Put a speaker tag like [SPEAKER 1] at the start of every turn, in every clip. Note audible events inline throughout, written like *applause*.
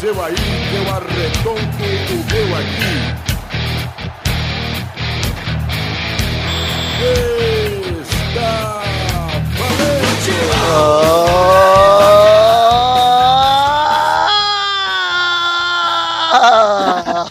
[SPEAKER 1] seu aí, eu arredonto o meu aqui. Está valente!
[SPEAKER 2] Ah!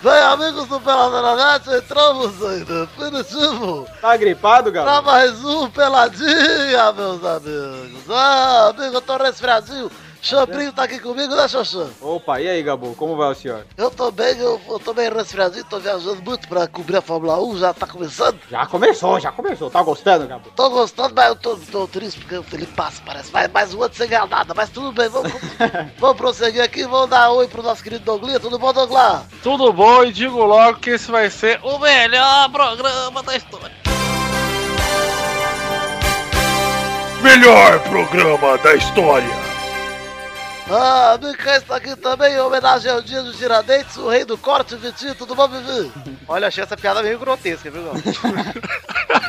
[SPEAKER 2] Bem, amigos do Pelada na Net, entramos em definitivo
[SPEAKER 3] Tá gripado,
[SPEAKER 2] pra
[SPEAKER 3] galera?
[SPEAKER 2] mais um Peladinha, meus amigos. Ah, amigo, eu tô resfriadinho. Xambrinho tá aqui comigo, né, Xoxã?
[SPEAKER 3] Opa, e aí, Gabo? Como vai o senhor?
[SPEAKER 2] Eu tô bem, eu, eu tô bem resfriadinho, tô viajando muito pra cobrir a Fórmula 1, já tá começando.
[SPEAKER 3] Já começou, já começou. Tá gostando, Gabo?
[SPEAKER 2] Tô gostando, mas eu tô, tô triste porque o Felipe passa, parece. Mas mais um ano sem ganhar nada, mas tudo bem, vamos, vamos prosseguir aqui, vamos dar oi pro nosso querido Douglas. Tudo bom, Douglas?
[SPEAKER 4] Tudo bom e digo logo que esse vai ser o melhor programa da história.
[SPEAKER 1] Melhor programa da história!
[SPEAKER 2] Ah, Mica está aqui também em homenagem ao dia dos Tiradentes, o rei do corte, Vitinho, tudo bom, Vivi?
[SPEAKER 5] Olha, achei essa piada meio grotesca, viu, Gal?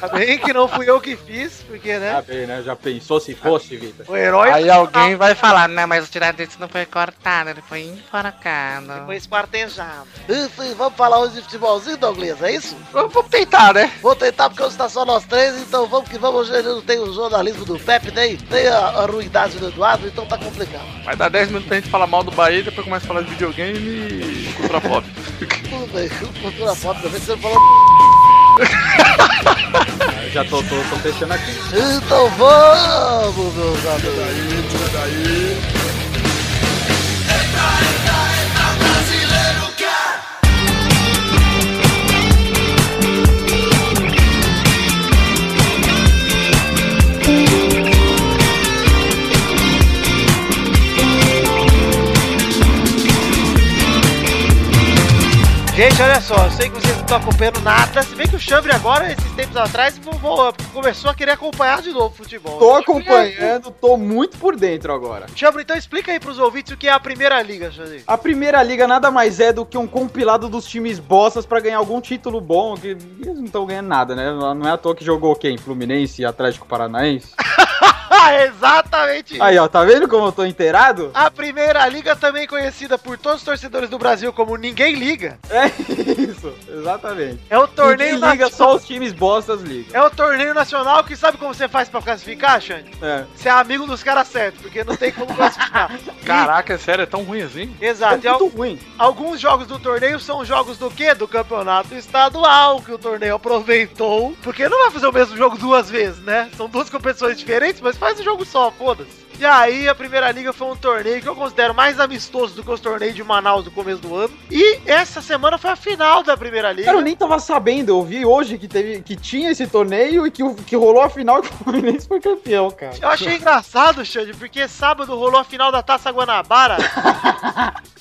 [SPEAKER 5] Ainda bem que não fui eu que fiz, porque, né?
[SPEAKER 3] Tá bem, né? Já pensou se fosse, Vitor?
[SPEAKER 5] O herói
[SPEAKER 6] Aí alguém vai falar, né? Mas o Tiradentes não foi cortado, ele foi enforcado.
[SPEAKER 5] foi espartejado.
[SPEAKER 2] Isso, e vamos falar hoje de futebolzinho, Douglas, é isso?
[SPEAKER 6] Eu vou tentar, né?
[SPEAKER 2] Vou tentar porque hoje está só nós três, então vamos que vamos, hoje não tem o jornalismo do Pepe, nem, nem a, a ruindade do Eduardo, então tá complicado.
[SPEAKER 4] Vai dar 10 minutos pra gente falar mal do Bahia, depois começa a falar de videogame e cultura
[SPEAKER 6] *laughs*
[SPEAKER 4] pop.
[SPEAKER 2] Tudo bem, cultura pop, também você não falou
[SPEAKER 3] Eu já tô, tô, tô fechando aqui.
[SPEAKER 2] Então vamos, meus amigos.
[SPEAKER 1] Daí, tira daí.
[SPEAKER 5] Gente, olha só, eu sei que vocês não estão acompanhando nada, se bem que o Chambre agora, esses tempos atrás, vo- vo- começou a querer acompanhar de novo o futebol.
[SPEAKER 3] Tô acompanhando, tô muito por dentro agora.
[SPEAKER 5] Chambre, então explica aí pros ouvintes o que é a Primeira Liga, Chambre.
[SPEAKER 3] A primeira liga nada mais é do que um compilado dos times bossas pra ganhar algum título bom, que eles não estão ganhando nada, né? Não é à toa que jogou quem? Fluminense e Atlético Paranaense?
[SPEAKER 5] Ah, exatamente
[SPEAKER 3] *laughs*
[SPEAKER 5] isso.
[SPEAKER 3] Aí, ó, tá vendo como eu tô inteirado?
[SPEAKER 5] A Primeira Liga, também conhecida por todos os torcedores do Brasil como Ninguém Liga,
[SPEAKER 3] É isso, exatamente.
[SPEAKER 5] é o torneio
[SPEAKER 3] Ninguém liga,
[SPEAKER 5] nacional-
[SPEAKER 3] só os times bostas ligam.
[SPEAKER 5] *laughs* É o torneio nacional que sabe como você faz pra classificar, Xande?
[SPEAKER 3] É.
[SPEAKER 5] Você é amigo dos caras certos, porque não tem
[SPEAKER 3] *laughs*
[SPEAKER 5] como classificar.
[SPEAKER 4] Caraca, é sério, é tão ruim assim?
[SPEAKER 5] Exato. E
[SPEAKER 3] é
[SPEAKER 5] al-
[SPEAKER 3] muito ruim.
[SPEAKER 5] alguns jogos do torneio são jogos do quê? Do campeonato estadual, que o torneio aproveitou. Porque não vai fazer o mesmo jogo duas vezes, né? São duas competições diferentes, mas faz um jogo só, foda-se. E aí, a Primeira Liga foi um torneio que eu considero mais amistoso do que os torneios de Manaus do começo do ano. E essa semana foi a final da Primeira Liga.
[SPEAKER 3] Cara, eu nem tava sabendo. Eu vi hoje que, teve, que tinha esse torneio e que, o- que rolou a final *laughs* e que o Fluminense foi campeão, cara.
[SPEAKER 5] Eu achei engraçado, Xande, porque sábado rolou a final da Taça Guanabara.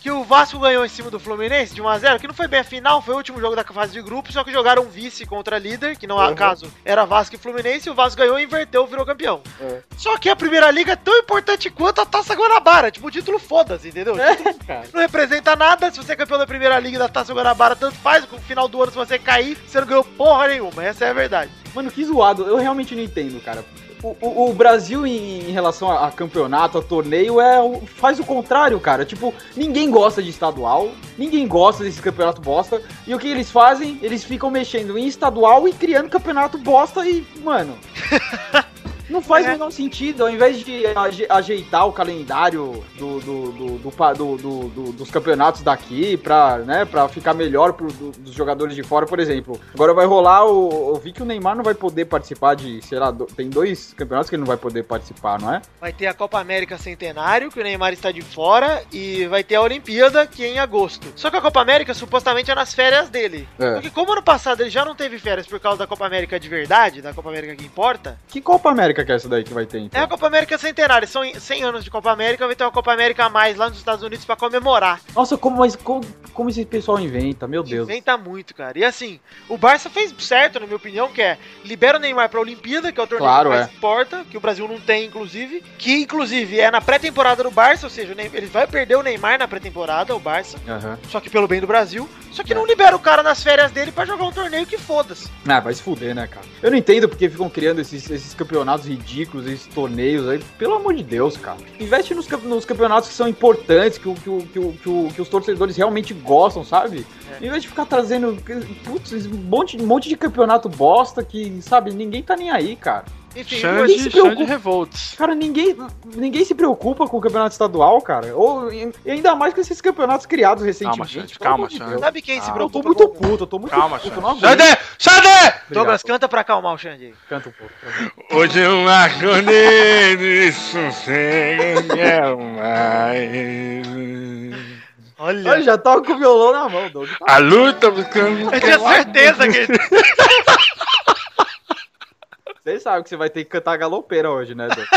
[SPEAKER 5] que o Vasco ganhou em cima do Fluminense de 1x0, que não foi bem a final, foi o último jogo da fase de grupo, só que jogaram vice contra líder, que não acaso era Vasco e Fluminense, e o Vasco ganhou, inverteu, virou campeão.
[SPEAKER 3] É.
[SPEAKER 5] Só que a primeira liga é tão importante quanto a Taça Guanabara, tipo, o título foda-se, entendeu?
[SPEAKER 3] É.
[SPEAKER 5] O título
[SPEAKER 3] cara.
[SPEAKER 5] Não representa nada, se você é campeão da primeira liga e da Taça Guanabara, tanto faz, no final do ano, se você cair, você não ganhou porra nenhuma, essa é a verdade.
[SPEAKER 3] Mano, que zoado. Eu realmente não entendo, cara. O, o- o Brasil, em, em relação a, a campeonato, a torneio, é o- faz o contrário, cara. Tipo, ninguém gosta de estadual, ninguém gosta desse campeonato bosta. E o que eles fazem? Eles ficam mexendo em estadual e criando campeonato bosta e, mano. Não faz o
[SPEAKER 5] É.
[SPEAKER 3] menor sentido, ao invés de aje- ajeitar o calendário do, do, do- do pa- do- do- do- dos campeonatos daqui pra, né, pra ficar melhor pro, do- dos jogadores de fora, por exemplo. Agora vai rolar o. Eu vi que o Neymar não vai poder participar de, sei lá, do- tem dois campeonatos que ele não vai poder participar, não é?
[SPEAKER 5] Vai ter a Copa América Centenário, que o Neymar está de fora, e vai ter a Olimpíada, que é em agosto. Só que a Copa América supostamente é nas férias dele.
[SPEAKER 3] É.
[SPEAKER 5] Porque como ano passado ele já não teve férias por causa da Copa América de verdade, da Copa América que importa,
[SPEAKER 3] Que Copa América que é essa daí que vai ter,
[SPEAKER 5] é
[SPEAKER 3] então?
[SPEAKER 5] a Copa América Centenário. São 100 anos de Copa América, vai ter uma Copa América a mais lá nos Estados Unidos para comemorar.
[SPEAKER 3] Nossa, como, mas como, como esse pessoal inventa, meu Deus.
[SPEAKER 5] Inventa muito, cara. E assim, o Barça fez certo, na minha opinião, que é libera o Neymar pra Olimpíada, que é o torneio
[SPEAKER 3] Claro,
[SPEAKER 5] que mais
[SPEAKER 3] é.
[SPEAKER 5] importa, que o Brasil não tem, inclusive. Que, inclusive, é na pré-temporada do Barça, ou seja, o Ney- ele vai perder o Neymar na pré-temporada, o Barça,
[SPEAKER 3] Aham.
[SPEAKER 5] só que pelo bem do Brasil. Só que não
[SPEAKER 3] É.
[SPEAKER 5] libera o cara nas férias dele pra jogar um torneio que foda-se.
[SPEAKER 3] Ah, vai se fuder, né, cara? Eu não entendo porque ficam criando esses, esses campeonatos ridículos, esses torneios aí. Pelo amor de Deus, cara. Investe nos, campe- nos campeonatos que são importantes, que, o- que, o- que, o- que, o- que os torcedores realmente gostam, sabe?
[SPEAKER 4] É.
[SPEAKER 3] Em vez de ficar trazendo, putz, um monte, um monte de campeonato bosta que, sabe, ninguém tá nem aí, cara.
[SPEAKER 5] Enfim,
[SPEAKER 4] Chama
[SPEAKER 5] hoje-
[SPEAKER 3] ninguém
[SPEAKER 4] de,
[SPEAKER 3] se
[SPEAKER 4] chama de
[SPEAKER 3] preocupa.
[SPEAKER 4] revolts.
[SPEAKER 3] Cara, ninguém, ninguém se preocupa com o campeonato estadual, cara. Ou e ainda mais com esses campeonatos criados
[SPEAKER 4] Calma,
[SPEAKER 3] recentemente.
[SPEAKER 4] Xande,
[SPEAKER 3] pelo
[SPEAKER 4] calma,
[SPEAKER 3] amor de
[SPEAKER 4] Xande.
[SPEAKER 3] Deus.
[SPEAKER 5] sabe quem se
[SPEAKER 3] Ah, eu
[SPEAKER 5] preocupa?
[SPEAKER 3] tô muito
[SPEAKER 5] com-
[SPEAKER 3] puto, eu tô muito
[SPEAKER 4] Calma,
[SPEAKER 3] puto.
[SPEAKER 4] Xande.
[SPEAKER 3] eu não aguento.
[SPEAKER 4] Xande! Xande!
[SPEAKER 3] Obrigado.
[SPEAKER 5] Douglas, canta pra acalmar o Xande aí.
[SPEAKER 3] Canta um pouco.
[SPEAKER 4] Hoje eu acordei de sossego mais.
[SPEAKER 5] Olha.
[SPEAKER 3] Eu já tava com o violão na mão, Tá. Douglas.
[SPEAKER 4] A luta buscando.
[SPEAKER 5] Eu tinha certeza que ele
[SPEAKER 3] Vocês sabem que você vai ter que cantar galopeira hoje, né,
[SPEAKER 5] *laughs*
[SPEAKER 3] Douglas?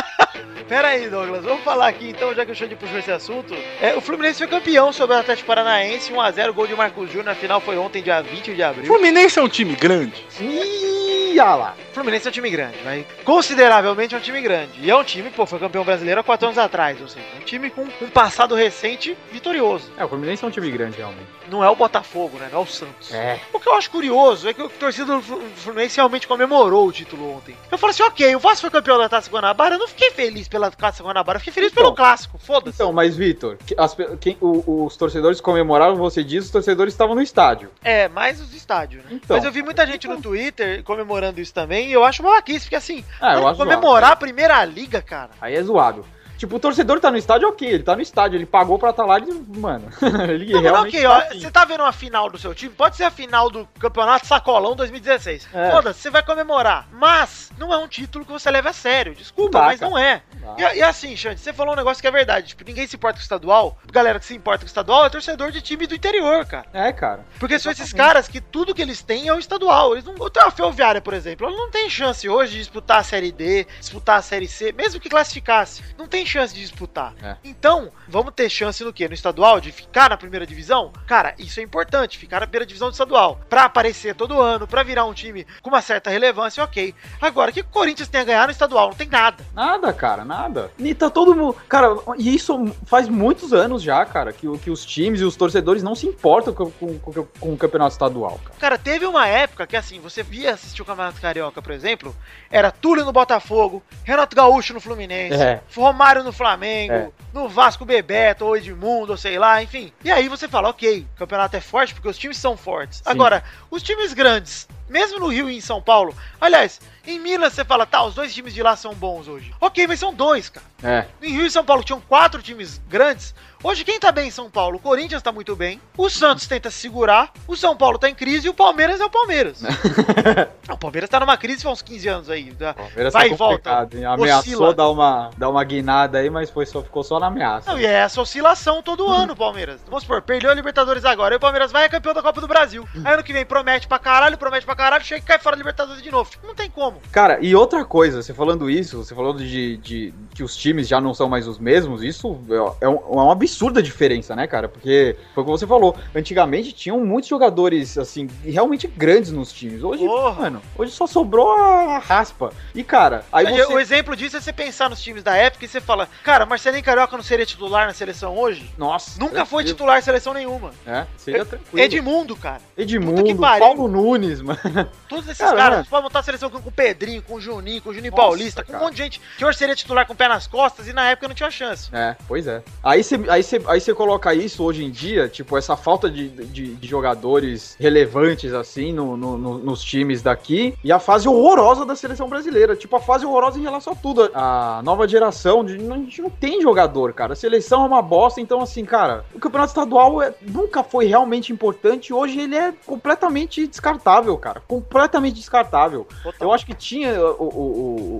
[SPEAKER 5] Pera aí, Douglas, vamos falar aqui então, já que o Xande puxou esse assunto. É, o Fluminense foi campeão sobre o Atlético Paranaense, 1x0, gol de Marcos Júnior, na final foi ontem, dia 20 de
[SPEAKER 4] O
[SPEAKER 5] abril.
[SPEAKER 4] Fluminense é um time grande.
[SPEAKER 3] Ih, olha lá.
[SPEAKER 5] O Fluminense é um time grande, vai. Consideravelmente é um time grande. E é um time, pô, foi campeão brasileiro há 4 anos atrás, ou seja, um time com um passado recente vitorioso.
[SPEAKER 3] É, o Fluminense é um time grande, realmente.
[SPEAKER 5] Não é o Botafogo, né? Não é o Santos.
[SPEAKER 3] É.
[SPEAKER 5] O que eu acho curioso é que o torcedor do Flu- Fluminense realmente comemorou o título ontem. Eu falei assim, ok, o Vasco foi campeão da Taça Guanabara, eu não fiquei feliz pela Taça Guanabara, eu fiquei feliz pelo
[SPEAKER 3] Então.
[SPEAKER 5] clássico, foda-se.
[SPEAKER 3] Então, mas, Vitor, que- as pe- quem- o- os torcedores comemoraram, você diz, os torcedores estavam no estádio.
[SPEAKER 5] É, mais os estádios, né?
[SPEAKER 3] Então.
[SPEAKER 5] Mas eu vi muita gente no Twitter comemorando isso também, e eu acho malaquice, porque assim,
[SPEAKER 3] Ah, eu
[SPEAKER 5] mano,
[SPEAKER 3] acho zoado.
[SPEAKER 5] comemorar a primeira liga, cara.
[SPEAKER 3] Aí é zoado. Tipo, o torcedor tá no estádio, ok, ele tá no estádio, ele pagou pra estar lá, ele, mano, *laughs* ele
[SPEAKER 5] Não, mas
[SPEAKER 3] realmente
[SPEAKER 5] ok,
[SPEAKER 3] tá
[SPEAKER 5] ó,
[SPEAKER 3] assim.
[SPEAKER 5] você tá vendo uma final do seu time? Pode ser a final do Campeonato Sacolão 2016.
[SPEAKER 3] É.
[SPEAKER 5] Foda-se, você vai comemorar. Mas não é um título que você leva a sério. Desculpa,
[SPEAKER 3] Não dá,
[SPEAKER 5] mas
[SPEAKER 3] Tá, cara.
[SPEAKER 5] não é.
[SPEAKER 3] Não dá.
[SPEAKER 5] E, e assim, Xande, você falou um negócio que é verdade. Tipo, ninguém se importa com o estadual. Galera que se importa com o estadual é torcedor de time do interior, cara.
[SPEAKER 3] É, cara.
[SPEAKER 5] Porque são esses caras que tudo que eles têm é o estadual. Eles não, eu tenho a Ferroviária, por exemplo, ela não tem chance hoje de disputar a Série D, disputar a Série C, mesmo que classificasse, não tem chance de disputar.
[SPEAKER 3] É.
[SPEAKER 5] Então, vamos ter chance no quê? No estadual? De ficar na primeira divisão? Cara, isso é importante, ficar na primeira divisão do estadual. Pra aparecer todo ano, pra virar um time com uma certa relevância, ok. Agora, o que o Corinthians tem a ganhar no estadual? Não tem nada.
[SPEAKER 3] Nada, cara, nada. E tá todo mundo. Cara, e isso faz muitos anos já, cara, que, o- que os times e os torcedores não se importam com, com- com- com o campeonato estadual, cara.
[SPEAKER 5] Cara, teve uma época que assim, você via assistir o Campeonato Carioca, por exemplo, era Túlio no Botafogo, Renato Gaúcho no Fluminense,
[SPEAKER 3] É.
[SPEAKER 5] Romário no Flamengo,
[SPEAKER 3] É.
[SPEAKER 5] no Vasco Bebeto, ou Edmundo, ou sei lá, enfim. E aí você fala, ok, o campeonato é forte porque os times são fortes. Agora, os times grandes, mesmo no Rio e em São Paulo, aliás, em Minas você fala, tá, os dois times de lá são bons hoje. Ok, mas são dois, cara.
[SPEAKER 3] É.
[SPEAKER 5] Em Rio e São Paulo tinham quatro times grandes. Hoje quem tá bem em São Paulo? O Corinthians tá muito bem. O Santos tenta se segurar. O São Paulo tá em crise e o Palmeiras é
[SPEAKER 3] *laughs*
[SPEAKER 5] o Palmeiras. Não, o Palmeiras tá numa crise há uns 15 anos aí. tá?
[SPEAKER 3] Palmeiras
[SPEAKER 5] Vai
[SPEAKER 3] tá
[SPEAKER 5] e volta.
[SPEAKER 3] complicado, hein? Ameaçou
[SPEAKER 5] Oscila.
[SPEAKER 3] dar uma, dar uma guinada aí, mas foi só, ficou só na ameaça.
[SPEAKER 5] Não, e é essa oscilação todo
[SPEAKER 3] Uhum.
[SPEAKER 5] ano, Palmeiras. Vamos supor, perdeu a Libertadores agora. Aí o Palmeiras vai é campeão da Copa do Brasil.
[SPEAKER 3] Uhum.
[SPEAKER 5] Aí ano que vem promete pra caralho, promete pra caralho, chega e cai fora da Libertadores de novo. Não tem como.
[SPEAKER 3] Cara, e outra coisa, você falando isso, você falando de, de que os times já não são mais os mesmos, isso é, é um- é uma absurda diferença, né, cara? Porque foi o que você falou. Antigamente tinham muitos jogadores, assim, realmente grandes nos times. Hoje,
[SPEAKER 5] Porra.
[SPEAKER 3] mano, hoje só sobrou a raspa. E, cara, aí
[SPEAKER 5] Mas
[SPEAKER 3] você.
[SPEAKER 5] O exemplo disso é você pensar nos times da época e você fala, cara, Marcelinho Carioca não seria titular na seleção hoje?
[SPEAKER 3] Nossa,
[SPEAKER 5] Nunca foi
[SPEAKER 3] tranquilo.
[SPEAKER 5] titular em seleção nenhuma.
[SPEAKER 3] É, seria tranquilo.
[SPEAKER 5] Edmundo, cara.
[SPEAKER 3] Edmundo,
[SPEAKER 5] puta que pariu.
[SPEAKER 3] Paulo Nunes, mano.
[SPEAKER 5] Todos esses
[SPEAKER 3] Cara,
[SPEAKER 5] caras.
[SPEAKER 3] né?
[SPEAKER 5] Você pode montar a seleção com com o Pedrinho, com o Juninho, com o Juninho
[SPEAKER 3] Nossa,
[SPEAKER 5] Paulista, com um
[SPEAKER 3] cara.
[SPEAKER 5] monte de gente que hoje seria titular com o pé nas costas e na época não tinha chance.
[SPEAKER 3] É, pois é. Aí você aí cê, aí cê coloca isso hoje em dia, tipo, essa falta de, de, de jogadores relevantes, assim, no, no- no- nos times daqui, e a fase horrorosa da seleção brasileira. Tipo, a fase horrorosa em relação a tudo. A nova geração, de, não- a gente não tem jogador, cara. A seleção é uma bosta, então, assim, cara, o campeonato estadual é- nunca foi realmente importante, e hoje ele é completamente descartável, cara. Completamente descartável. Eu acho que tinha o, o-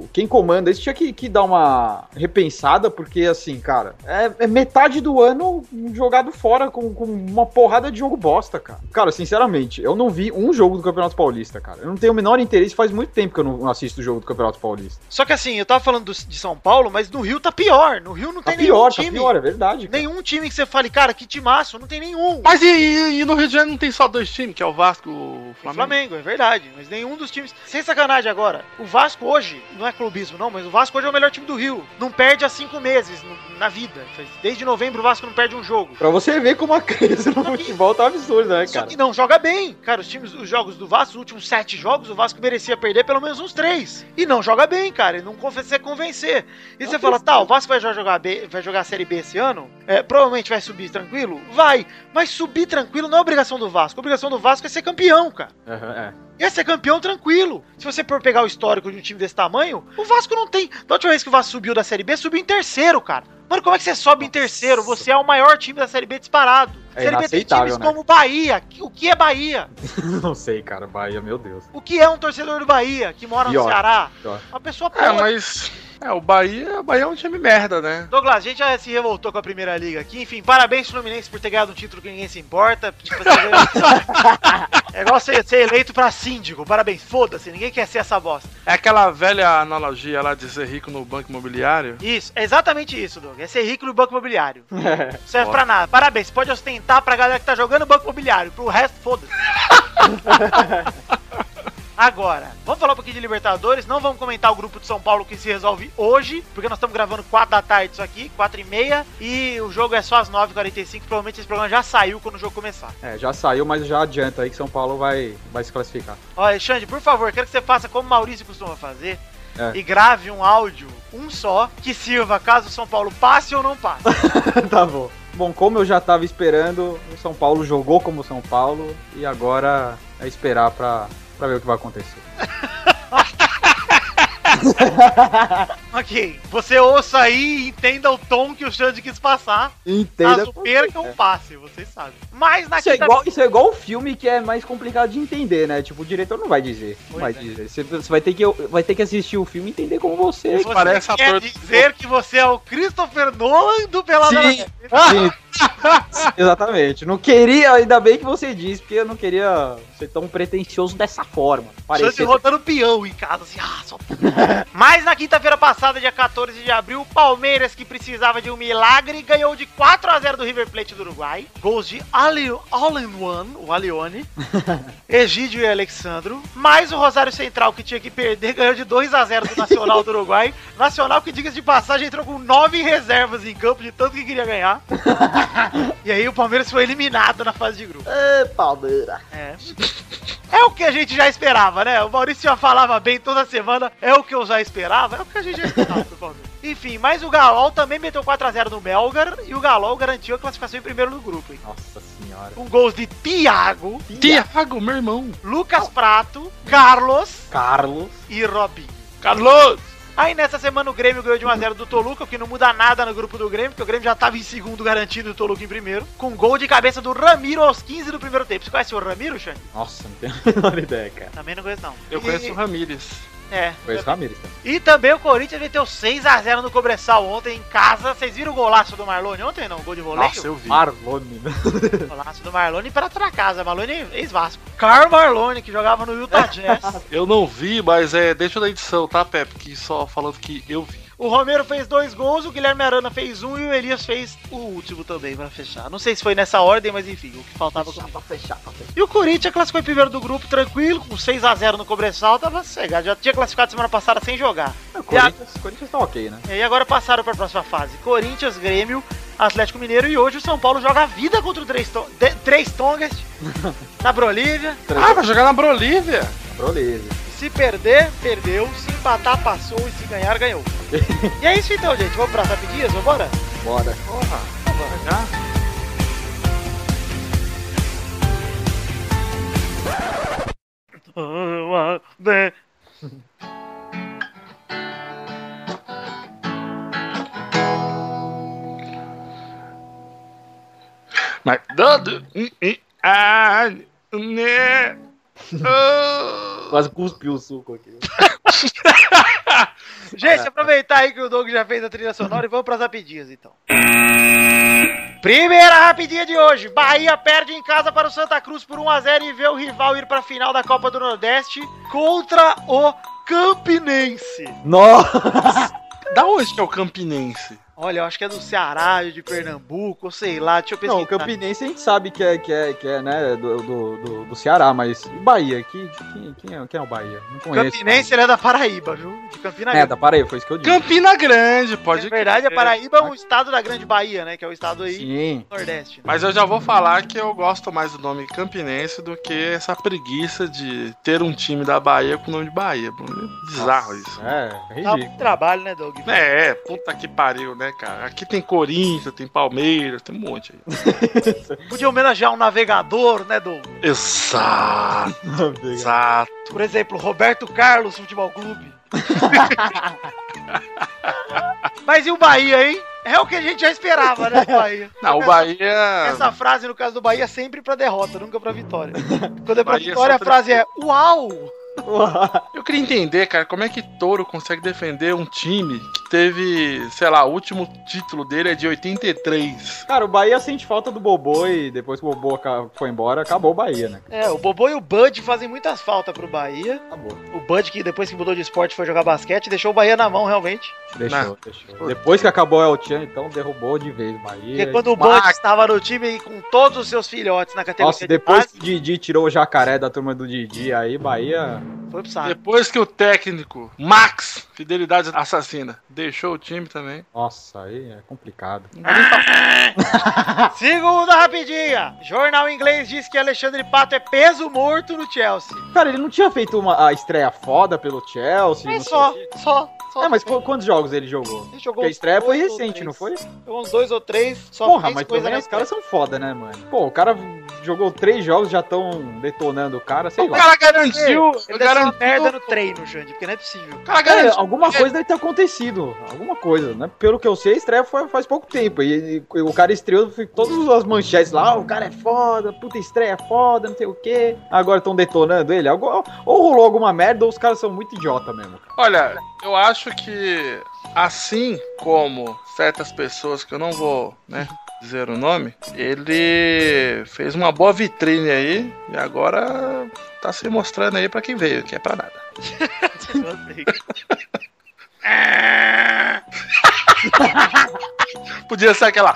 [SPEAKER 3] o- quem comanda isso tinha que, que dar uma repensada, porque assim, cara, é, é metade do ano jogado fora com, com uma porrada de jogo bosta, cara. Cara, sinceramente, eu não vi um jogo do Campeonato Paulista, cara. Eu não tenho o menor interesse, faz muito tempo que eu não assisto o jogo do Campeonato Paulista.
[SPEAKER 5] Só que assim, eu tava falando do- de São Paulo, mas no Rio tá pior. No Rio não
[SPEAKER 3] Tá
[SPEAKER 5] tem nenhum
[SPEAKER 3] pior, tá
[SPEAKER 5] time.
[SPEAKER 3] pior, é verdade. cara.
[SPEAKER 5] Nenhum time que você fale, cara, que timaço, não tem nenhum.
[SPEAKER 4] Mas e, e- e no Rio de Janeiro não tem só dois times, que é o Vasco e o
[SPEAKER 5] O
[SPEAKER 4] Flamengo?
[SPEAKER 5] Flamengo, é verdade. Mas nenhum dos times. Sem sacanagem agora. O Vasco hoje, não é clubismo não, mas o Vasco hoje é o melhor time do Rio. Não perde há cinco meses no- na vida. Faz- Desde novembro o Vasco não perde um jogo.
[SPEAKER 3] Pra você ver como a crise no futebol tá absurda, né,
[SPEAKER 5] Só
[SPEAKER 3] cara?
[SPEAKER 5] que não joga bem. Cara, os times, os jogos do Vasco, os últimos sete jogos, o Vasco merecia perder pelo menos uns três. E não joga bem, cara. E não consegue convencer. E você fala, tá, o Vasco vai já jogar, B, vai jogar a Série B esse ano? É, provavelmente vai subir tranquilo? Vai. Mas subir tranquilo não é obrigação do Vasco. A obrigação do Vasco é ser campeão, cara.
[SPEAKER 3] Aham, é. *laughs*
[SPEAKER 5] Ia ser campeão tranquilo. Se você for pegar o histórico de um time desse tamanho, o Vasco não tem. Da última vez que o Vasco subiu da Série B, subiu em terceiro, cara. Mano, como é que você sobe em terceiro? Você é o maior time da Série B disparado.
[SPEAKER 3] É
[SPEAKER 5] série B tem
[SPEAKER 3] inaceitável,
[SPEAKER 5] times
[SPEAKER 3] né?
[SPEAKER 5] como Bahia. O que é Bahia?
[SPEAKER 3] Não sei, cara. Bahia, meu Deus.
[SPEAKER 5] O que é um torcedor do Bahia que mora no
[SPEAKER 3] Pior.
[SPEAKER 5] Ceará?
[SPEAKER 3] Pior.
[SPEAKER 5] Uma pessoa
[SPEAKER 4] É,
[SPEAKER 5] pobre.
[SPEAKER 4] mas. É, o Bahia, o Bahia é um time merda, né?
[SPEAKER 5] Douglas, a gente já se revoltou com a primeira liga aqui. Enfim, parabéns Fluminense por ter ganhado um título que ninguém se importa. Tipo, você
[SPEAKER 3] *laughs*
[SPEAKER 5] ganha- é igual ser, ser eleito pra síndico. Parabéns, foda-se, ninguém quer ser essa bosta.
[SPEAKER 4] É aquela velha analogia lá de ser rico no banco imobiliário.
[SPEAKER 5] Isso, é exatamente isso, Doug. É ser rico no banco imobiliário. Não serve pra nada. Parabéns, você pode ostentar pra galera que tá jogando banco imobiliário. Pro resto, foda-se. Agora, vamos falar um pouquinho de Libertadores. Não vamos comentar o grupo de São Paulo que se resolve hoje, porque nós estamos gravando 4 da tarde isso aqui, 4 e meia, e o jogo é só às 9h45. Provavelmente esse programa já saiu quando o jogo começar.
[SPEAKER 3] É, já saiu, mas já adianta aí que São Paulo vai, vai se classificar.
[SPEAKER 5] Olha, Xande, por favor, quero que você faça como o Maurício costuma fazer
[SPEAKER 3] É.
[SPEAKER 5] e grave um áudio, um só, que sirva caso o São Paulo passe ou não passe.
[SPEAKER 3] *laughs* tá bom. Bom, como eu já tava esperando, o São Paulo jogou como São Paulo e agora é esperar pra, pra ver o que vai acontecer.
[SPEAKER 5] Ok, você ouça aí e entenda o tom que o Xande quis passar.
[SPEAKER 3] Entenda. É.
[SPEAKER 5] Caso perca ou passe, vocês sabem. Mas na
[SPEAKER 3] Isso é,
[SPEAKER 5] quinta...
[SPEAKER 3] igual, isso é igual o filme que é mais complicado de entender, né? Tipo, o diretor não vai dizer. Não
[SPEAKER 5] Pois
[SPEAKER 3] vai
[SPEAKER 5] é.
[SPEAKER 3] dizer. Você, você vai, ter que, vai ter que assistir o filme e entender como você.
[SPEAKER 5] Você
[SPEAKER 4] parece
[SPEAKER 5] quer
[SPEAKER 4] ator-
[SPEAKER 5] dizer que você é o Christopher Nolan do Pelado
[SPEAKER 3] Sim.
[SPEAKER 5] Sim.
[SPEAKER 3] Sim. Sim, *laughs* Exatamente. Não queria, ainda bem que você disse, porque eu não queria ser tão pretencioso dessa forma.
[SPEAKER 5] Xande
[SPEAKER 3] Parecer
[SPEAKER 5] rodando peão em casa, assim, ah, só... *laughs* Mas na quinta-feira passada, dia 14 de abril, o Palmeiras, que precisava de um milagre, ganhou de 4x0 do River Plate do Uruguai. Gols de Ali- All-in-One, o Alione, Egídio e Alexandro, mais o Rosário Central que tinha que perder ganhou de 2 a 0 do Nacional do Uruguai. Nacional que, diga-se de passagem, entrou com nove reservas em campo de tanto que queria ganhar. e aí o Palmeiras foi eliminado na fase de grupo.
[SPEAKER 2] Ê, Palmeira.
[SPEAKER 5] É. É o que a gente já esperava, né? O Maurício já falava bem toda semana, é o que eu já esperava, é o que a gente já esperava do
[SPEAKER 4] *laughs*
[SPEAKER 5] Palmeiras. Enfim, mas o Galol também meteu 4x0 no Melgar e o Galol garantiu a classificação em primeiro do grupo. hein?
[SPEAKER 3] Nossa senhora.
[SPEAKER 5] Com gols de Thiago,
[SPEAKER 4] Tiago,
[SPEAKER 6] ah.
[SPEAKER 4] meu irmão.
[SPEAKER 5] Lucas Prato, Carlos
[SPEAKER 3] Carlos.
[SPEAKER 5] e Robinho.
[SPEAKER 4] Carlos!
[SPEAKER 5] Aí nessa semana o Grêmio ganhou de 1x0 do Toluca, o que não muda nada no grupo do Grêmio, porque o Grêmio já tava em segundo garantido e o Toluca em primeiro. Com gol de cabeça do Ramiro aos 15 do primeiro tempo. Você conhece o Ramiro, Xande?
[SPEAKER 3] Nossa, não tenho a menor ideia, cara.
[SPEAKER 5] Também não conheço, não.
[SPEAKER 4] Eu
[SPEAKER 5] E-
[SPEAKER 4] conheço o Ramírez.
[SPEAKER 5] É.
[SPEAKER 3] Conheço o Ramirez também.
[SPEAKER 5] E também o Corinthians meteu 6x0 no Cobressal ontem em casa. Vocês viram o golaço do Marlone ontem, não? Gol de voleio?
[SPEAKER 4] Nossa, eu vi.
[SPEAKER 3] Marlone. né?
[SPEAKER 5] Golaço do Marlone pra outra casa. Marlone ex-Vasco. Carl Marlone, que jogava no Utah Jazz.
[SPEAKER 4] Eu não vi, mas é. Deixa da edição, tá, Pepe? Que só falando que eu vi.
[SPEAKER 5] o Romero fez dois gols, o Guilherme Arana fez um e o Elias fez o último também pra fechar. Não sei se foi nessa ordem, mas enfim, o que faltava com
[SPEAKER 2] Pra fechar, pra fechar.
[SPEAKER 5] E o Corinthians classificou em primeiro do grupo, tranquilo, com 6x0 no Cobressal, tava cegado. Já tinha classificado semana passada sem jogar.
[SPEAKER 3] O Corinthians, Corinthians tá ok, né?
[SPEAKER 5] É, E aí agora passaram para a próxima fase. Corinthians, Grêmio, Atlético Mineiro e hoje o São Paulo joga a vida contra o Três, to De- Três Tongas na Bolívia.
[SPEAKER 4] Ah, vai jogar na Bolívia!
[SPEAKER 3] Proleza.
[SPEAKER 5] Se perder, perdeu. Se empatar, passou. E se ganhar, ganhou. e é isso então, gente. Vamos para as rapidinhas? Vambora?
[SPEAKER 3] Bora.
[SPEAKER 4] Mas. Dando. Ah, né? Ah.
[SPEAKER 3] Quase cuspiu o suco aqui. Ah,
[SPEAKER 5] Gente, aproveitar aí que o Doug já fez a trilha sonora e vamos para as rapidinhas então. Primeira rapidinha de hoje. Bahia perde em casa para o Santa Cruz por 1x0 e vê o rival ir para a final da Copa do Nordeste contra o Campinense.
[SPEAKER 3] Nossa.
[SPEAKER 4] Da onde que é o Campinense?
[SPEAKER 5] Olha, eu acho que é do Ceará, de Pernambuco, ou sei lá, deixa eu pesquisar.
[SPEAKER 3] Não, o Campinense a gente sabe que é, que é, que é né, do, do, do, do Ceará, mas e Bahia? Que, que- quem, é, quem é o Bahia? Não conheço.
[SPEAKER 5] Campinense, ele é da Paraíba, viu? De Campina
[SPEAKER 3] É,
[SPEAKER 5] Grande.
[SPEAKER 3] da Paraíba, foi isso que eu disse.
[SPEAKER 4] Campina Grande, pode
[SPEAKER 5] Na verdade, a
[SPEAKER 4] crer.
[SPEAKER 5] Paraíba é um estado da Grande Bahia, né? Que é o estado aí
[SPEAKER 3] Sim.
[SPEAKER 5] do Nordeste.
[SPEAKER 4] Mas eu já vou falar que eu gosto mais do nome Campinense do que essa preguiça de ter um time da Bahia com o nome de Bahia. Bruno. Bizarro isso.
[SPEAKER 3] É, é
[SPEAKER 5] Dá
[SPEAKER 3] ridículo.
[SPEAKER 5] muito trabalho, né, Doug?
[SPEAKER 4] É, puta que pariu, né, cara? Aqui tem Corinthians, tem Palmeiras, tem um monte aí.
[SPEAKER 5] Podia homenagear um navegador, né, Doug?
[SPEAKER 4] Exato, exato.
[SPEAKER 5] Por exemplo, Roberto Carlos Futebol Clube. *laughs* Mas e o Bahia, hein? É o que a gente já esperava, né, do Bahia?
[SPEAKER 4] Não, o Bahia.
[SPEAKER 5] Essa frase, no caso do Bahia, é sempre pra derrota, nunca pra vitória. Quando é pra
[SPEAKER 4] Bahia
[SPEAKER 5] vitória, a
[SPEAKER 4] sempre-
[SPEAKER 5] frase é uau!
[SPEAKER 4] Eu queria entender, cara, como é que Touro consegue defender um time que teve, sei lá, o último título dele é de 83.
[SPEAKER 3] Cara, o Bahia sente falta do Bobô e depois que o Bobô aca- foi embora, acabou o Bahia, né?
[SPEAKER 5] É, o Bobô e o Bud fazem muitas faltas pro Bahia.
[SPEAKER 3] Acabou.
[SPEAKER 5] O Bud, que depois que mudou de esporte foi jogar basquete, deixou o Bahia na mão, realmente.
[SPEAKER 3] Deixou,
[SPEAKER 4] Não.
[SPEAKER 3] deixou. Depois que acabou o El Chan, então derrubou de vez o
[SPEAKER 5] Porque
[SPEAKER 3] Bahia.
[SPEAKER 5] quando o
[SPEAKER 4] Max.
[SPEAKER 5] Bud estava no time com todos os seus filhotes na categoria
[SPEAKER 3] Nossa,
[SPEAKER 5] de
[SPEAKER 3] depois
[SPEAKER 5] base,
[SPEAKER 3] que o Didi tirou o jacaré da turma do Didi, aí Bahia.
[SPEAKER 5] foi pro saco.
[SPEAKER 4] Depois que o técnico Max, fidelidade assassina, deixou o time também.
[SPEAKER 3] Nossa, aí é complicado.
[SPEAKER 5] Segunda rapidinha. Jornal inglês diz que Alexandre Pato é peso morto no Chelsea.
[SPEAKER 3] Cara, ele não tinha feito uma a estreia foda pelo Chelsea.
[SPEAKER 5] É
[SPEAKER 3] não sei
[SPEAKER 5] só,
[SPEAKER 3] o quê?
[SPEAKER 5] só, só.
[SPEAKER 3] É, mas qu- quantos jogos ele jogou?
[SPEAKER 5] Ele
[SPEAKER 3] Porque
[SPEAKER 5] jogou
[SPEAKER 3] a estreia
[SPEAKER 5] uns
[SPEAKER 3] foi
[SPEAKER 5] dois ou
[SPEAKER 3] recente, não foi?
[SPEAKER 5] três. Jogou uns dois ou três, só
[SPEAKER 3] Porra,
[SPEAKER 5] fez
[SPEAKER 3] mas
[SPEAKER 5] coisa
[SPEAKER 3] também
[SPEAKER 5] na
[SPEAKER 3] os caras são foda, né, mano? Pô, o cara jogou três jogos, já tão detonando o cara, sei
[SPEAKER 4] O
[SPEAKER 3] lá.
[SPEAKER 4] cara garantiu,
[SPEAKER 5] Ele deve ser uma
[SPEAKER 4] garantiu,
[SPEAKER 5] merda no treino, Xande, porque não é possível.
[SPEAKER 4] o cara
[SPEAKER 3] Cara,
[SPEAKER 4] garantiu.
[SPEAKER 3] alguma coisa deve ter acontecido. Alguma coisa, né? Pelo que eu sei, a estreia foi faz pouco tempo. E, e o cara estreou, ficou todas as manchetes lá. "Ah, o cara é foda, puta estreia é foda, não sei o quê. Agora estão detonando ele. Algu- ou rolou alguma merda, ou os caras são muito idiota mesmo.
[SPEAKER 4] Olha, eu acho que assim como certas pessoas que eu não vou, né, dizer o nome, ele fez uma boa vitrine aí e agora tá se mostrando aí pra quem veio, que é pra nada. *laughs* Podia ser aquela.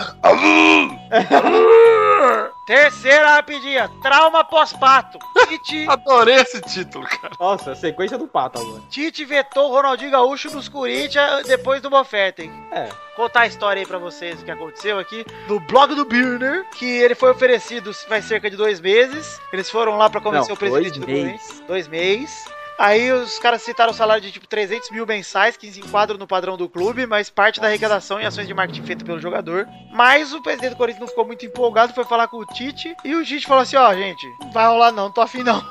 [SPEAKER 5] Terceira rapidinha, trauma pós-pato. Tite,
[SPEAKER 4] Adorei esse título, cara.
[SPEAKER 3] Nossa, a sequência do pato agora.
[SPEAKER 5] Tite vetou Ronaldinho Gaúcho nos Corinthians depois do Bofetem.
[SPEAKER 3] É.
[SPEAKER 5] Contar a história aí pra vocês, o que aconteceu aqui. No blog do Birner, que ele foi oferecido faz cerca de dois meses. Eles foram lá pra convencer o presidente do Corinthians. dois meses. Aí os caras citaram o salário de tipo 300 mil mensais, que se enquadram no padrão do clube, mas parte da arrecadação em ações de marketing feito pelo jogador. Mas o presidente do Corinthians não ficou muito empolgado, foi falar com o Tite, e o Tite falou assim, ó, gente, não vai rolar não, não tô afim não.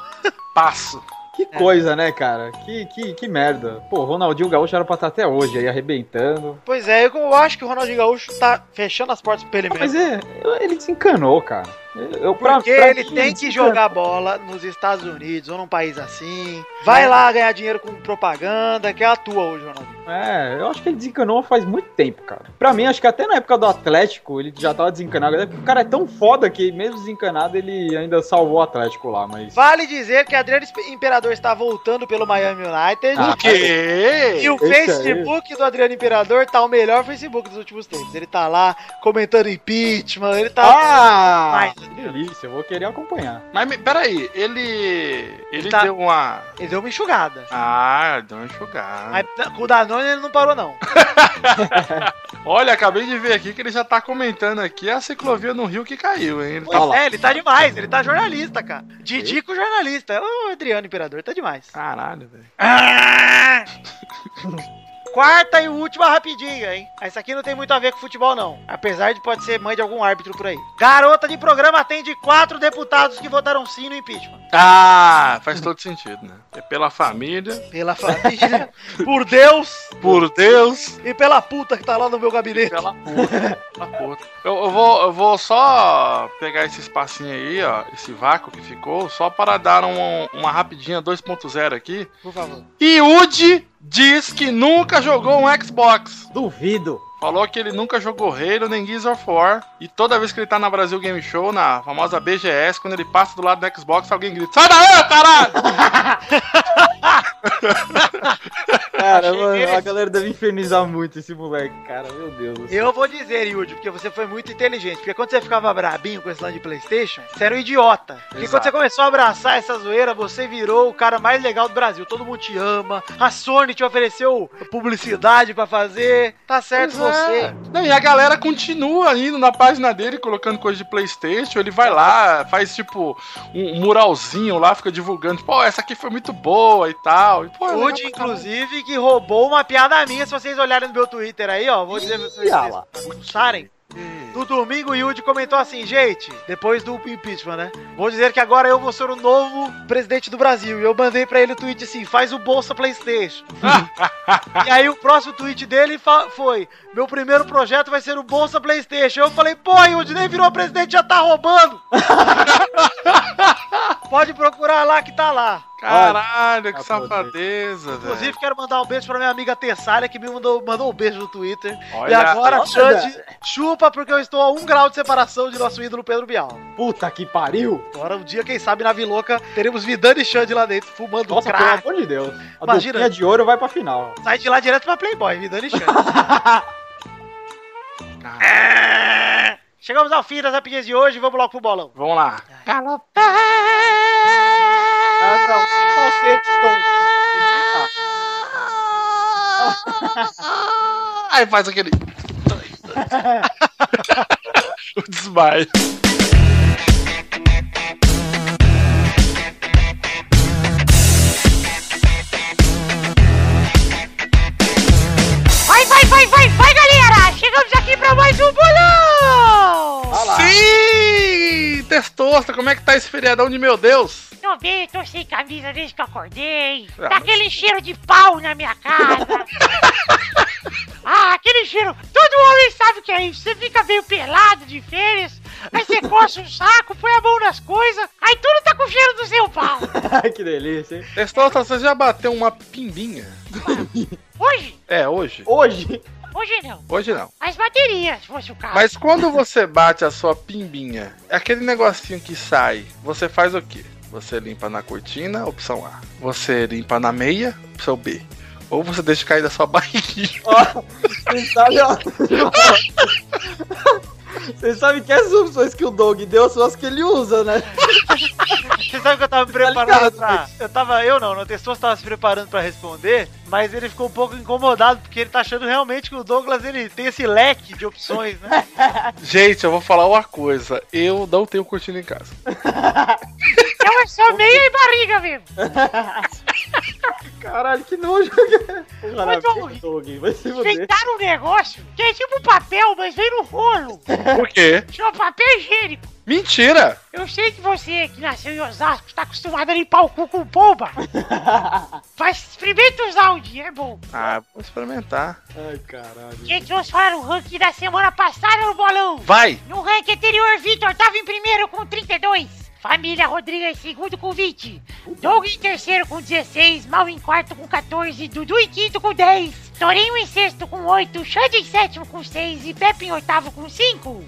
[SPEAKER 4] Passo.
[SPEAKER 3] Que
[SPEAKER 5] É.
[SPEAKER 3] coisa, né, cara? Que, que, que merda. Pô, Ronaldinho Gaúcho era pra estar até hoje aí arrebentando.
[SPEAKER 5] Pois é, eu acho que o Ronaldinho Gaúcho tá fechando as portas pra ele
[SPEAKER 3] Ah, mas
[SPEAKER 5] mesmo.
[SPEAKER 3] é, ele desencanou, cara. Eu, pra-
[SPEAKER 5] Porque
[SPEAKER 3] pra
[SPEAKER 5] ele
[SPEAKER 3] mim,
[SPEAKER 5] tem que
[SPEAKER 3] desencanou.
[SPEAKER 5] jogar bola nos Estados Unidos ou num país assim. Vai lá ganhar dinheiro com propaganda, que é a tua hoje, Ronaldinho.
[SPEAKER 3] É, eu acho que ele desencanou faz muito tempo, cara. Pra mim, acho que até na época do Atlético ele já tava desencanado. Até porque O cara é tão foda que, mesmo desencanado, ele ainda salvou o Atlético lá, mas.
[SPEAKER 5] Vale dizer que Adriano Imperador está voltando pelo Miami United.
[SPEAKER 3] Ah,
[SPEAKER 4] O quê?
[SPEAKER 5] E o
[SPEAKER 3] Esse
[SPEAKER 5] Facebook do Adriano Imperador tá o melhor Facebook dos últimos tempos. Ele tá lá comentando impeachment, ele tá.
[SPEAKER 3] Ah!
[SPEAKER 5] Mas-
[SPEAKER 3] Que delícia, eu vou querer acompanhar.
[SPEAKER 4] Mas me- peraí, ele. Ele
[SPEAKER 5] Tá.
[SPEAKER 4] deu uma.
[SPEAKER 5] Ele deu uma enxugada.
[SPEAKER 4] Ah, deu uma enxugada.
[SPEAKER 5] Mas com o Danone ele não parou, não.
[SPEAKER 4] Olha, acabei de ver aqui que ele já tá comentando aqui a ciclovia no Rio que caiu, hein? Ele tá-
[SPEAKER 3] Olha
[SPEAKER 5] Pois
[SPEAKER 3] lá.
[SPEAKER 5] é, ele tá demais, ele tá jornalista, cara. Didico jornalista. Ô, Adriano Imperador, tá demais.
[SPEAKER 4] Caralho, velho.
[SPEAKER 5] Quarta e última rapidinha, hein? Essa aqui não tem muito a ver com futebol, não. Apesar de pode ser mãe de algum árbitro por aí. Garota de programa atende quatro deputados que votaram sim no impeachment.
[SPEAKER 4] Ah, faz todo sentido, né? É pela família,
[SPEAKER 5] Pela família, *laughs* por Deus
[SPEAKER 4] por Deus,
[SPEAKER 5] e pela puta que tá lá no meu gabinete.
[SPEAKER 4] pela puta, pela puta. Eu, eu vou, eu vou só pegar esse espacinho aí, ó, esse vácuo que ficou, só para dar um- uma rapidinha 2.0 aqui.
[SPEAKER 5] Por favor.
[SPEAKER 4] E Udi diz que nunca jogou um Xbox.
[SPEAKER 3] Duvido.
[SPEAKER 4] Falou que ele nunca jogou Halo nem Gears of War. E toda vez que ele tá na Brasil Game Show, na famosa BGS, quando ele passa do lado do Xbox, alguém grita: Sai daí, caralho!
[SPEAKER 3] Cara,
[SPEAKER 5] Achei
[SPEAKER 3] mano, a
[SPEAKER 5] esse.
[SPEAKER 3] galera deve infernizar muito esse moleque, cara. Meu Deus. do céu.
[SPEAKER 5] Eu vou dizer, Yudi, porque você foi muito inteligente. Porque quando você ficava brabinho com esse lance de Playstation, você era um idiota. Porque
[SPEAKER 3] Exato.
[SPEAKER 5] quando você começou a abraçar essa zoeira, você virou o cara mais legal do Brasil. Todo mundo te ama. A Sony te ofereceu publicidade pra fazer. Tá *laughs* certo
[SPEAKER 4] Pois
[SPEAKER 5] você.
[SPEAKER 4] é. Não, e a galera continua indo na página dele, colocando coisa de Playstation, ele vai lá, faz tipo um muralzinho lá, fica divulgando, tipo, ó, essa aqui foi muito boa e tal. E, pô, é legal
[SPEAKER 5] Yudi,
[SPEAKER 4] pra
[SPEAKER 5] inclusive, que roubou uma piada minha. Se vocês olharem no meu Twitter aí, ó, vou dizer pra vocês.
[SPEAKER 3] Ih, ah lá.
[SPEAKER 5] Sarem. No domingo, o Yudi comentou assim, gente, depois do impeachment, né? Vou dizer que agora eu vou ser o novo presidente do Brasil. E eu mandei pra ele o tweet assim, faz o Bolsa Playstation. e aí o próximo tweet dele fa- foi, meu primeiro projeto vai ser o Bolsa Playstation. Eu falei, pô, Yudi, nem virou presidente, já tá roubando. *laughs* Pode procurar lá que tá lá.
[SPEAKER 4] Caralho, que
[SPEAKER 3] Ah,
[SPEAKER 4] safadeza, velho.
[SPEAKER 5] tá Inclusive, quero mandar um beijo pra minha amiga Tessália, que me mandou, mandou um beijo no Twitter. e
[SPEAKER 4] Olha
[SPEAKER 5] agora,
[SPEAKER 4] só.
[SPEAKER 5] Xande, chupa, porque eu estou a um grau de separação de nosso ídolo Pedro Bial.
[SPEAKER 3] Puta que pariu.
[SPEAKER 5] Agora, um dia, quem sabe, na Viloca, teremos Vidano e Xande lá dentro, fumando
[SPEAKER 3] Nossa, pelo
[SPEAKER 5] crack.
[SPEAKER 3] amor de Deus. A
[SPEAKER 5] Imagina.
[SPEAKER 3] duplinha de ouro vai pra final. *laughs*
[SPEAKER 5] Sai de lá direto pra Playboy, Vidano
[SPEAKER 4] *laughs*
[SPEAKER 5] e Xande.
[SPEAKER 4] Caralho.
[SPEAKER 5] É. Chegamos ao fim das rapidinhas de hoje, vamos logo pro bolão.
[SPEAKER 4] Vamos lá.
[SPEAKER 3] Ah, não. Vocês estão-
[SPEAKER 4] Aí faz
[SPEAKER 5] *laughs*
[SPEAKER 4] aquele. *laughs* o desmaio.
[SPEAKER 7] Vai, vai, vai, vai, vai, galera! Chegamos aqui pra mais um bolão!
[SPEAKER 3] Ah lá.
[SPEAKER 4] Sim! Testosta, como é que tá esse feriadão de meu Deus?
[SPEAKER 7] Tô bem, tô sem camisa desde que eu acordei.
[SPEAKER 4] Ah,
[SPEAKER 7] Tá aquele cheiro de pau na minha casa. ah, aquele cheiro. Todo homem sabe o que é isso. Você fica meio pelado de férias, aí você coça o saco, põe a mão nas coisas, aí tudo tá com o cheiro do seu pau.
[SPEAKER 3] Ai, que delícia, hein?
[SPEAKER 4] Testosta, você já bateu uma pimbinha?
[SPEAKER 7] Hoje,
[SPEAKER 4] É, hoje.
[SPEAKER 3] Hoje.
[SPEAKER 7] hoje não.
[SPEAKER 4] Hoje não.
[SPEAKER 7] As baterias, se fosse o caso.
[SPEAKER 4] Mas quando você bate a sua pimbinha, é aquele negocinho que sai, você faz o quê? Você limpa na cortina, opção A. Você limpa na meia, opção B. Ou você deixa cair da sua *laughs* barriguinha.
[SPEAKER 3] Ó, vocês sabem, ó. Vocês sabem que as opções que o Dog deu são as que ele usa, né?
[SPEAKER 5] Você sabe que eu tava me preparando
[SPEAKER 3] ligado,
[SPEAKER 5] pra. Eu tava, eu não, o Testoso tava se preparando pra responder, mas ele ficou um pouco incomodado, porque ele tá achando realmente que o Douglas ele tem esse leque de opções, né?
[SPEAKER 4] Gente, eu vou falar uma coisa. Eu não tenho cortina em casa.
[SPEAKER 7] Então é só meia e barriga mesmo.
[SPEAKER 3] Caralho, que nojo. Caralho,
[SPEAKER 7] Dog.
[SPEAKER 3] que Dog, vai se fuder.
[SPEAKER 7] Inventaram um negócio que é tipo papel, mas vem no rolo.
[SPEAKER 4] Por quê?
[SPEAKER 7] Chama papel higiênico.
[SPEAKER 4] Mentira!
[SPEAKER 7] Eu sei que você que nasceu em Osasco está acostumado a limpar o cu com pomba. Mas experimenta usar um dia, é bom.
[SPEAKER 4] Ah, vou experimentar.
[SPEAKER 3] Ai, caralho.
[SPEAKER 7] Quem trouxe para o ranking da semana passada no bolão?
[SPEAKER 4] Vai!
[SPEAKER 7] No ranking anterior, Vitor estava em primeiro com 32. Família Rodrigues em segundo com 20. Doug em terceiro com 16. Mal em quarto com 14. Dudu em quinto com 10. Torinho em sexto com 8. Xande em sétimo com 6. E Pepe em oitavo com 5.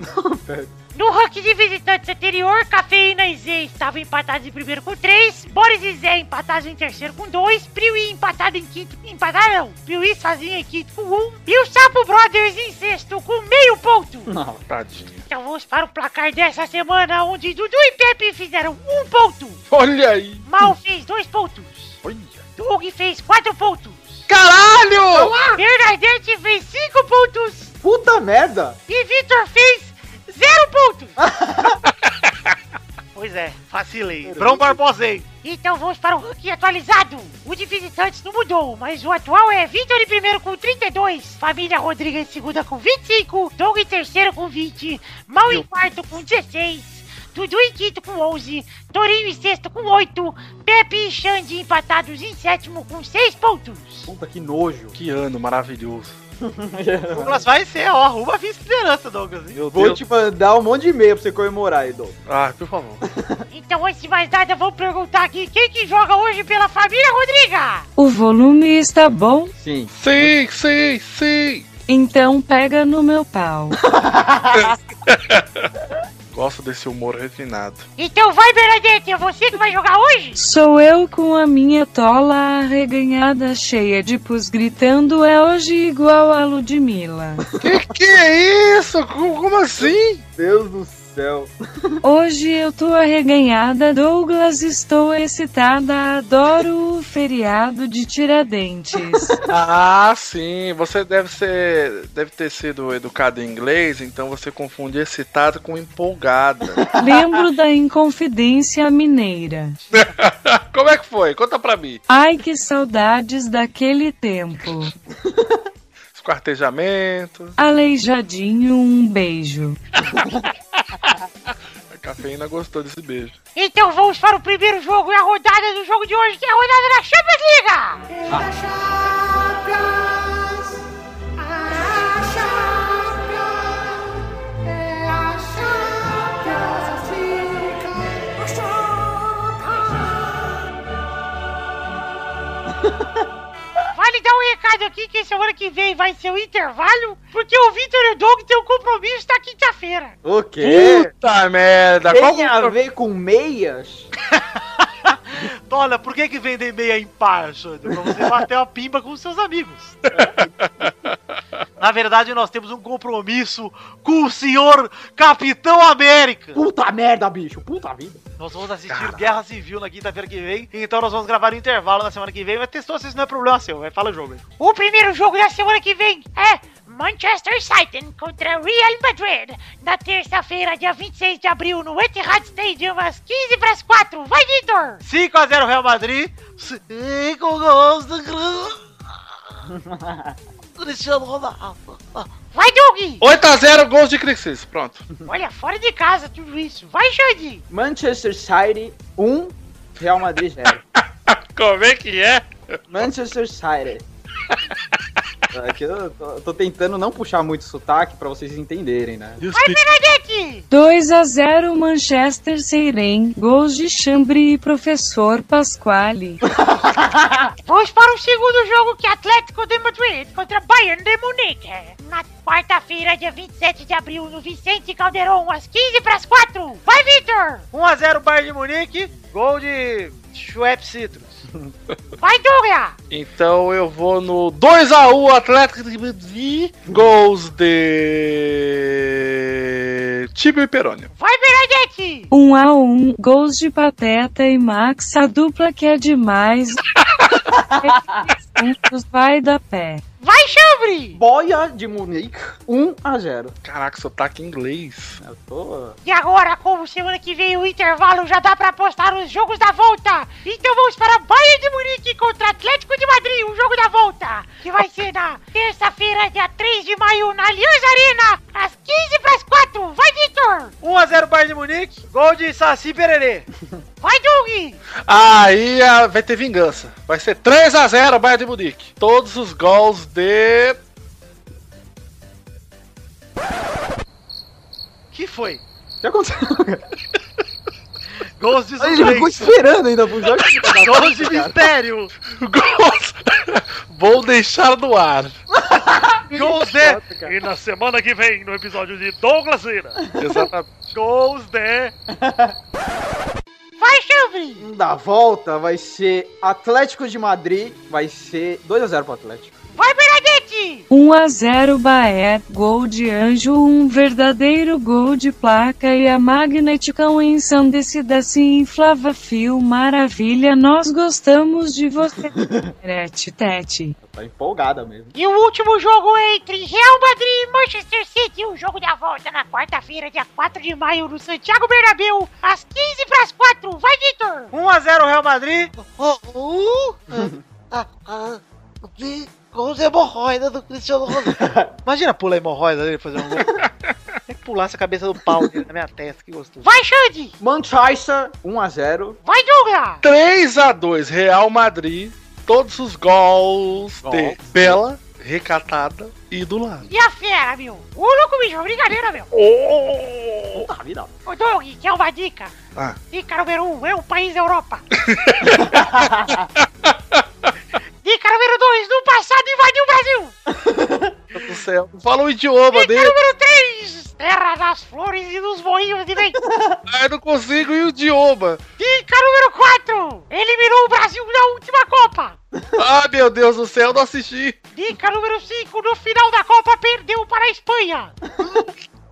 [SPEAKER 7] No ranking de visitantes anterior, Cafeína e Zé estavam empatados em primeiro com 3, Boris e Zé empatados em terceiro com 2, Piuí empatado em quinto, empataram, Piuí sozinho em quinto com 1, um, e o Sapo Brothers em sexto com meio ponto.
[SPEAKER 3] Não.
[SPEAKER 4] Tadinho.
[SPEAKER 7] Então vamos para o placar dessa semana, onde Dudu e Pepe fizeram um ponto,
[SPEAKER 4] Olha aí!
[SPEAKER 7] Mal fez dois pontos,
[SPEAKER 4] Olha.
[SPEAKER 7] Doug fez quatro pontos, Então,
[SPEAKER 4] Caralho!
[SPEAKER 7] Bernadette fez cinco pontos
[SPEAKER 3] Puta merda.
[SPEAKER 7] e Vitor fez
[SPEAKER 4] *laughs*
[SPEAKER 7] zero pontos.
[SPEAKER 5] Pois é, facilei. Brão Barbosei.
[SPEAKER 7] Então vamos para o ranking atualizado. O de visitantes não mudou, mas o atual é Vitor em primeiro com 32, Família Rodrigues em segunda com 25, Doug em terceiro com 20, Mal em quarto com 16, Dudu em quinto com 11, Torinho em sexto com 8, Pepe e Xande empatados em sétimo com 6 pontos.
[SPEAKER 3] Puta que nojo.
[SPEAKER 4] Que ano maravilhoso.
[SPEAKER 5] Douglas vai ser, ó, arruma a vice-liderança, Douglas. hein?
[SPEAKER 3] *laughs*
[SPEAKER 4] Meu
[SPEAKER 3] Vou
[SPEAKER 4] Deus.
[SPEAKER 3] te mandar um monte de e-mail pra você comemorar, Edu.
[SPEAKER 4] Ah, por favor.
[SPEAKER 7] Então antes de mais nada, vamos perguntar aqui quem que joga hoje pela Família Rodrigues.
[SPEAKER 8] O volume está bom,
[SPEAKER 3] Sim.
[SPEAKER 4] Sim, sim, sim!
[SPEAKER 8] então pega no meu pau.
[SPEAKER 4] Gosto desse humor refinado.
[SPEAKER 7] Então vai, Bernadette, é você que vai jogar hoje?
[SPEAKER 8] Sou eu com a minha tola arreganhada cheia de pus gritando é hoje igual a Ludmilla.
[SPEAKER 4] Que que é isso? Co- Como assim?
[SPEAKER 3] Deus do céu.
[SPEAKER 8] Hoje eu tô arreganhada, Douglas, estou excitada, adoro o feriado de Tiradentes.
[SPEAKER 4] Ah, sim. Você deve ser. Deve ter sido educado em inglês, então você confunde excitado com empolgada.
[SPEAKER 8] Lembro da Inconfidência Mineira.
[SPEAKER 4] *laughs* Como é que foi? Conta pra mim.
[SPEAKER 8] Ai que saudades daquele tempo.
[SPEAKER 4] Esquartejamento,
[SPEAKER 8] Aleijadinho, um beijo.
[SPEAKER 4] a cafeína gostou desse beijo.
[SPEAKER 7] Então vamos para o primeiro jogo e a rodada do jogo de hoje, que é a rodada da Champions League! Vale dar um recado aqui que semana que vem vai ser o intervalo, porque o Vitor e o Doug têm um compromisso na quinta-feira.
[SPEAKER 3] O quê?
[SPEAKER 4] Puta merda! Qual
[SPEAKER 3] Tem a ver com meias?
[SPEAKER 5] Olha, por que que vendem meia em par, Xandro? Pra você bater uma pimba com seus amigos. Na verdade, nós temos um compromisso com o senhor Capitão América.
[SPEAKER 3] Puta merda, bicho. Puta vida.
[SPEAKER 5] Nós vamos assistir Guerra Civil na quinta-feira que vem, então nós vamos gravar o intervalo na semana que vem. Mas testou se isso não é problema seu, vai. Fala o jogo aí.
[SPEAKER 7] O primeiro jogo da semana que vem é Manchester City contra Real Madrid, na terça-feira, dia 26 de abril, no Etihad Stadium, às 15 para as 4. Vai, Vitor!
[SPEAKER 5] 5x0 Real Madrid. 5 gols do *laughs* Cri- Cristiano Ronaldo.
[SPEAKER 7] Vai, Doug!
[SPEAKER 4] 8x0 gols de Crisis. Pronto.
[SPEAKER 7] Olha, fora de casa tudo isso. Vai, Xande!
[SPEAKER 3] Manchester City 1, Real Madrid 0.
[SPEAKER 4] Como é que é?
[SPEAKER 3] Manchester City. *laughs* É que eu tô, eu tô tentando não puxar muito sotaque pra vocês entenderem, né?
[SPEAKER 4] E os
[SPEAKER 7] Vai,
[SPEAKER 4] que-
[SPEAKER 7] Bernadette!
[SPEAKER 8] 2 a 0 Manchester Seiren, gols de Chambre e professor Pasquale.
[SPEAKER 7] Vamos para o segundo jogo que é Atlético de Madrid contra Bayern de Munique. Na quarta-feira, dia 27 de abril, no Vicente Calderon, às 15 para as 4. Vai, Vitor!
[SPEAKER 5] 1x0 Bayern de Munique. Gol de Schwepp Citrus.
[SPEAKER 7] Vai, Douglas!
[SPEAKER 4] Então eu vou no 2x1 Atlético de Madrid. Gols de. Tibio e Perônio.
[SPEAKER 7] Vai, Bernadette!
[SPEAKER 8] 1 a 1 gols de Pateta e Max, a dupla que é demais. Juntos vai da pé.
[SPEAKER 7] Vai, Chambre!
[SPEAKER 3] Boia de Munique 1 a 0.
[SPEAKER 4] Caraca, sotaque inglês.
[SPEAKER 3] Eu tô.
[SPEAKER 7] E agora, como semana que vem o intervalo já dá pra apostar os jogos da volta, então vamos para Bayern de Munique contra Atlético de Madrid, o jogo da volta, que vai ser na terça-feira, dia 3 de maio, na Allianz Arena, às 15 para as 4. Vai, Vitor!
[SPEAKER 5] 1x0 Bayern de Munique. Gol de Saci Pererê.
[SPEAKER 7] Vai, Doug!
[SPEAKER 4] Aí ah, vai ter vingança. Vai ser 3x0 Bayern de Munique. Todos os gols de. *laughs*
[SPEAKER 5] Que foi?
[SPEAKER 3] O que *laughs* aconteceu? cara?
[SPEAKER 5] Gols de
[SPEAKER 3] Ele ficou
[SPEAKER 5] suspense.
[SPEAKER 3] esperando ainda pro *laughs* jogo. Tá
[SPEAKER 5] Gols de mistério.
[SPEAKER 4] Gols. *laughs* Vou deixar no ar.
[SPEAKER 5] Gols de... E na semana que vem, no episódio de Douglas Lira.
[SPEAKER 4] Exatamente.
[SPEAKER 5] Gols de...
[SPEAKER 7] Vai, Chambre!
[SPEAKER 3] Um Da volta vai ser Atlético de Madrid, vai ser 2 a 0 pro Atlético.
[SPEAKER 7] Vai, Bernadette!
[SPEAKER 8] 1 a 0 Baer, gol de Anjo, um verdadeiro gol de placa e a magneticão ensandecida se inflava fio, maravilha, nós gostamos de você. Tete, tete.
[SPEAKER 3] Tá empolgada mesmo.
[SPEAKER 7] E o último jogo é entre Real Madrid e Manchester City, o jogo da volta na quarta-feira, dia 4 de maio, no Santiago Bernabéu, às 15 para as 4. Vai, Vitor!
[SPEAKER 5] 1x0 Real Madrid.
[SPEAKER 2] Oh, oh, ah, ah, vi com os hemorroidas do Cristiano Ronaldo.
[SPEAKER 5] Imagina pular a hemorroida dele fazer um gol. Tem que pular essa cabeça do pau dele na minha testa, que gostoso.
[SPEAKER 7] Vai, Xande!
[SPEAKER 3] Manchester 1 a 0.
[SPEAKER 7] Vai, Douglas!
[SPEAKER 4] 3x2 Real Madrid. Todos os gols de
[SPEAKER 3] Gols.
[SPEAKER 4] Bela, Recatada e do lado.
[SPEAKER 7] E a fera, meu? Ô, louco, bicho, brincadeira, meu!
[SPEAKER 3] Puta vida.
[SPEAKER 7] Ô, Doug, quer uma dica?
[SPEAKER 4] Ah.
[SPEAKER 7] Dica número um, é um país
[SPEAKER 4] *laughs*
[SPEAKER 7] da Europa. dica número dois, no passado invadiu o Brasil!
[SPEAKER 4] Meu Deus do céu. Fala o idioma
[SPEAKER 7] Dica
[SPEAKER 4] dele.
[SPEAKER 7] número três, terras, das flores e dos moinhos de vento.
[SPEAKER 4] Ah, eu não consigo e o idioma.
[SPEAKER 7] Dica número 4. Eliminou o Brasil na última Copa.
[SPEAKER 4] Ah, meu Deus do céu, não assisti.
[SPEAKER 7] Dica número 5. No final da Copa perdeu para a Espanha.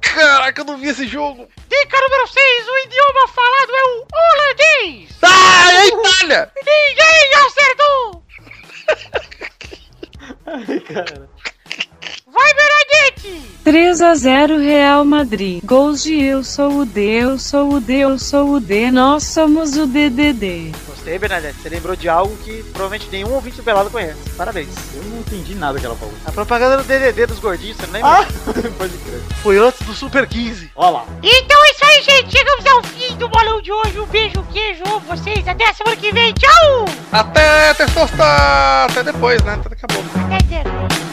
[SPEAKER 4] Caraca, eu não vi esse jogo.
[SPEAKER 7] Dica número 6. O idioma falado é o holandês.
[SPEAKER 4] Ah, é a Itália!
[SPEAKER 7] Ninguém acertou.
[SPEAKER 3] Ai, cara.
[SPEAKER 7] Vai, Bernadette.
[SPEAKER 8] 3 a 0 Real Madrid. Gols de eu sou o D, eu sou o D, eu sou o D, nós somos o DDD.
[SPEAKER 5] Gostei, Bernadette. Você lembrou de algo que provavelmente nenhum ouvinte do Pelado conhece. Parabéns.
[SPEAKER 3] Eu não entendi nada que ela falou.
[SPEAKER 5] A propaganda do DDD dos gordinhos, você não lembra?
[SPEAKER 3] *laughs* Pode crer.
[SPEAKER 5] Foi antes do Super 15.
[SPEAKER 3] Ó lá.
[SPEAKER 7] Então é isso aí, gente. Chegamos ao fim do bolão de hoje. Um beijo, queijo, amo vocês. Até a semana que vem. Tchau.
[SPEAKER 4] Até testosterona! Até depois, né? Até daqui a pouco.
[SPEAKER 7] Até depois.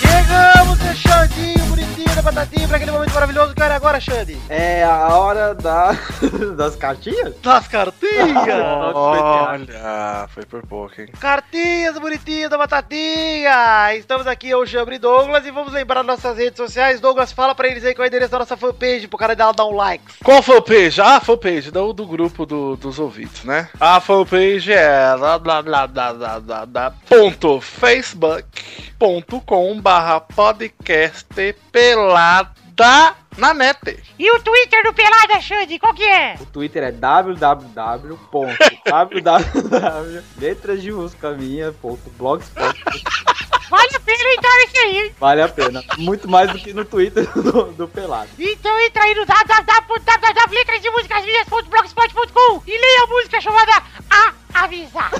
[SPEAKER 5] Chegamos, né, Xandinho, bonitinho, da batatinha, pra aquele momento maravilhoso que era agora, Xande.
[SPEAKER 3] É a hora da... *laughs* das caixinhas?
[SPEAKER 5] Das cartinhas.
[SPEAKER 4] *laughs* Olha, foi por pouco, hein?
[SPEAKER 5] Cartinhas bonitinhas da Batatinha! *laughs* Estamos aqui, eu, Chambre e Douglas, e vamos lembrar nossas redes sociais. Douglas, fala pra eles aí qual é o endereço da nossa fanpage, pro cara dar dar um like.
[SPEAKER 4] Qual fanpage? Ah, fanpage do, do grupo do, dos ouvintes, né? A fanpage é blá, blá, blá, blá, blá, blá, blá, ponto facebook.com barra podcast pelada na net.
[SPEAKER 7] E o Twitter do Pelada, Xande, qual que é?
[SPEAKER 3] O Twitter é www.www.letrasdemuscaminha.blogspot.
[SPEAKER 7] Vale a pena entrar nesse aí, hein?
[SPEAKER 3] Vale a pena. Muito mais do que no Twitter *laughs* do, do Pelado.
[SPEAKER 7] Então entra aí no www.letrasdemusicasminhas.blogspot.com e leia a música chamada A Avisar.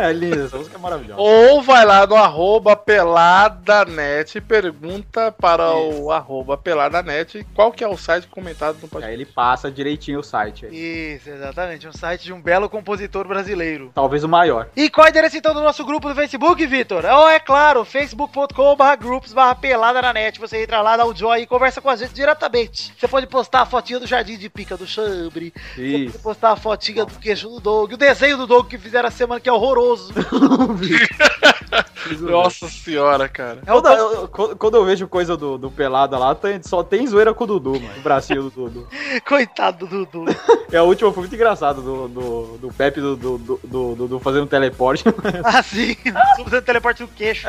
[SPEAKER 3] É linda, essa música é maravilhosa.
[SPEAKER 4] Ou vai lá no arroba peladanet e pergunta para o arroba peladanet qual que é o site comentado no podcast.
[SPEAKER 3] Aí ele passa direitinho o site. aí.
[SPEAKER 5] Isso, exatamente. Um site de um belo compositor brasileiro.
[SPEAKER 3] Talvez o maior.
[SPEAKER 5] E qual é o endereço então do nosso grupo do Facebook, Vitor? Oh, é claro, facebook.com.br groups barra pelada na net. Você entra lá, dá um join e conversa com a gente diretamente. Você pode postar a fotinha do jardim de pica do chambre. Você pode
[SPEAKER 3] Isso.
[SPEAKER 5] postar a fotinha do queijo do Doug. O desenho do Doug que fizeram a semana que é horroroso.
[SPEAKER 4] Nossa senhora, cara.
[SPEAKER 5] É o
[SPEAKER 3] Quando eu, eu- quando- quando eu vejo coisa do, do Pelada lá, tem- só tem zoeira com o Dudu, mano. O bracinho do Dudu.
[SPEAKER 5] Coitado do Dudu.
[SPEAKER 3] É a última, foi muito engraçado do, do, do Pepe do, do, do, do Dudu fazendo teleporte.
[SPEAKER 5] Assim, usando teleporte no queixo.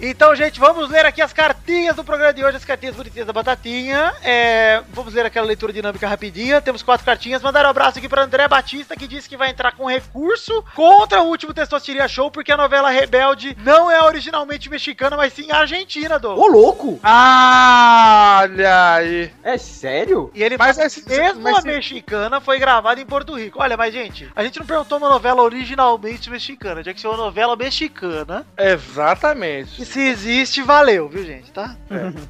[SPEAKER 5] Então, gente, vamos ler aqui as cartinhas do programa de hoje, as cartinhas bonitinhas da Batatinha. É, vamos ler aquela leitura dinâmica rapidinha. Temos quatro cartinhas. Mandaram um abraço aqui para André Batista, que disse que vai entrar com recurso contra o último Testosteria Show, porque a novela Rebelde não é originalmente mexicana, mas sim argentina, Douglas.
[SPEAKER 3] Ô, louco!
[SPEAKER 4] Ah, olha aí.
[SPEAKER 3] É sério?
[SPEAKER 5] E ele
[SPEAKER 4] Mas
[SPEAKER 5] fala
[SPEAKER 4] esse-
[SPEAKER 5] que mesmo
[SPEAKER 4] mas
[SPEAKER 5] a
[SPEAKER 4] esse-
[SPEAKER 5] mexicana foi gravada em Porto Rico. Olha, mas gente, a gente não perguntou uma novela originalmente mexicana, já que se é uma novela mexicana,
[SPEAKER 4] Exatamente.
[SPEAKER 5] E se existe, valeu, viu, gente, tá?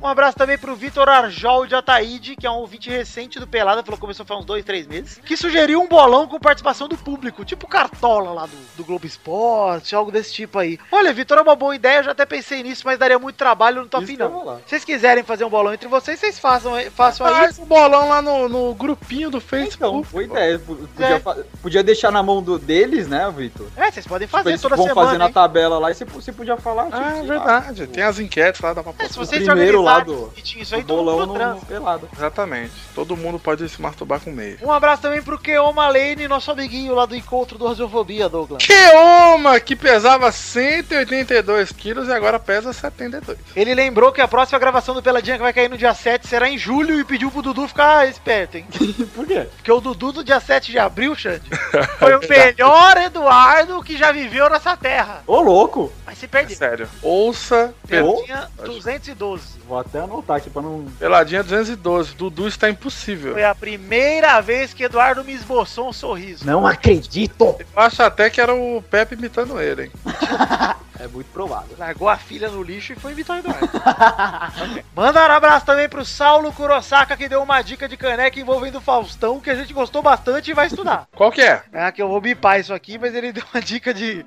[SPEAKER 5] Um abraço também pro Vitor Arjol de Ataíde, que é um ouvinte recente do Pelada, falou que começou faz uns dois, três meses, que sugeriu um bolão com participação do público, tipo cartola lá do, do Globo Esporte, algo desse tipo aí. Olha, Vitor, é uma boa ideia, eu já até pensei nisso, mas daria muito trabalho, não tô Tá afim
[SPEAKER 3] Isso que eu
[SPEAKER 5] não.
[SPEAKER 3] vou lá.
[SPEAKER 5] Se vocês quiserem fazer um bolão entre vocês, vocês façam, façam aí.
[SPEAKER 4] Faz o bolão lá no, no grupinho do
[SPEAKER 3] Então,
[SPEAKER 4] Facebook.
[SPEAKER 3] boa ideia. P-
[SPEAKER 5] É.
[SPEAKER 3] Podia, fa- podia deixar na mão do, deles, né, Vitor?
[SPEAKER 5] É, vocês podem fazer
[SPEAKER 3] Tipo, Eles
[SPEAKER 5] toda
[SPEAKER 3] vão fazer
[SPEAKER 5] semana.
[SPEAKER 3] na
[SPEAKER 5] hein?
[SPEAKER 3] tabela lá e você, você podia falar. tipo,
[SPEAKER 4] Ah,
[SPEAKER 3] sei lá,
[SPEAKER 4] verdade.
[SPEAKER 3] o-
[SPEAKER 4] Tem as enquetes lá, dá pra
[SPEAKER 5] É, se
[SPEAKER 4] postar.
[SPEAKER 5] vocês se
[SPEAKER 3] primeiro lá
[SPEAKER 5] organizarem,
[SPEAKER 3] do-
[SPEAKER 5] e isso
[SPEAKER 3] o
[SPEAKER 5] aí, todo mundo
[SPEAKER 3] bolão
[SPEAKER 5] transa.
[SPEAKER 3] no, no Pelada.
[SPEAKER 4] Exatamente. Todo mundo pode se masturbar com meia.
[SPEAKER 5] Um abraço também pro Keoma Lane, nosso amiguinho lá do encontro do Radiofobia, Douglas.
[SPEAKER 4] Keoma, que pesava 182 quilos e agora pesa 72.
[SPEAKER 5] Ele lembrou que a próxima gravação do Peladinha que vai cair no dia 7 será em julho e pediu pro Dudu ficar esperto, hein?
[SPEAKER 3] *laughs* Por quê?
[SPEAKER 5] Porque o Dudu do dia 7 de abril, Xande, foi o melhor Eduardo que já viveu nessa terra.
[SPEAKER 3] Ô, louco!
[SPEAKER 5] Mas se
[SPEAKER 4] É
[SPEAKER 5] perdeu.
[SPEAKER 4] sério. Ouça
[SPEAKER 5] Peladinha 212.
[SPEAKER 3] Vou até anotar aqui pra não.
[SPEAKER 4] Peladinha 212. Dudu está impossível.
[SPEAKER 2] É.
[SPEAKER 5] Foi a primeira vez que Eduardo me esboçou um sorriso.
[SPEAKER 3] Não acredito!
[SPEAKER 4] Eu acho até que era o Pepe imitando ele, hein?
[SPEAKER 3] É muito provável.
[SPEAKER 5] Largou a filha no lixo e foi imitar o *laughs* Eduardo. Mandaram um abraço também pro Saulo Kurosaka, que deu uma dica de caneca envolvendo o Faustão, que a gente gostou bastante e vai *laughs* estudar.
[SPEAKER 4] Qual que é?
[SPEAKER 5] É que eu vou bipar isso aqui, mas ele deu uma dica de.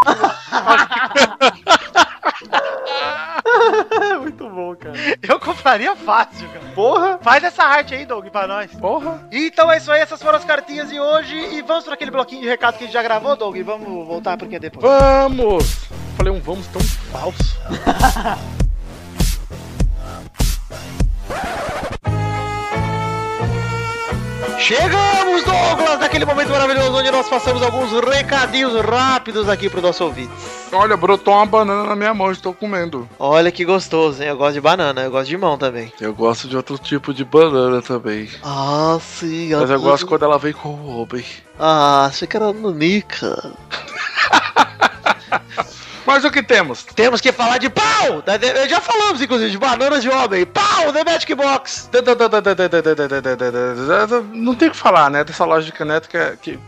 [SPEAKER 3] *laughs* Muito bom, cara.
[SPEAKER 5] Eu compraria fácil, cara.
[SPEAKER 3] Porra!
[SPEAKER 5] Faz essa arte aí, Doug, pra nós.
[SPEAKER 4] Porra!
[SPEAKER 5] Então é isso aí, essas foram as cartinhas de hoje. E vamos para aquele bloquinho de recado que a gente já gravou, Doug. e Vamos voltar porque é depois.
[SPEAKER 4] Vamos! Falei um vamos tão falso.
[SPEAKER 5] Chegamos, Douglas, naquele momento maravilhoso onde nós passamos alguns recadinhos rápidos aqui pro nosso ouvinte.
[SPEAKER 4] Olha, brotou uma banana na minha mão, estou comendo.
[SPEAKER 5] Olha que gostoso, hein? Eu gosto de banana, eu gosto de mão também.
[SPEAKER 4] Eu gosto de outro tipo de banana também.
[SPEAKER 2] Ah, sim.
[SPEAKER 4] Mas eu
[SPEAKER 2] adoro.
[SPEAKER 4] gosto quando ela vem com o Robin.
[SPEAKER 2] Ah, achei que era Nunica.
[SPEAKER 4] Mas o que temos?
[SPEAKER 5] Temos que falar de pau! da- de- Já falamos, inclusive, de bananas de homem. Pau, The Magic Box!
[SPEAKER 4] Não tem o que falar, né? Dessa loja de caneta que é. Que...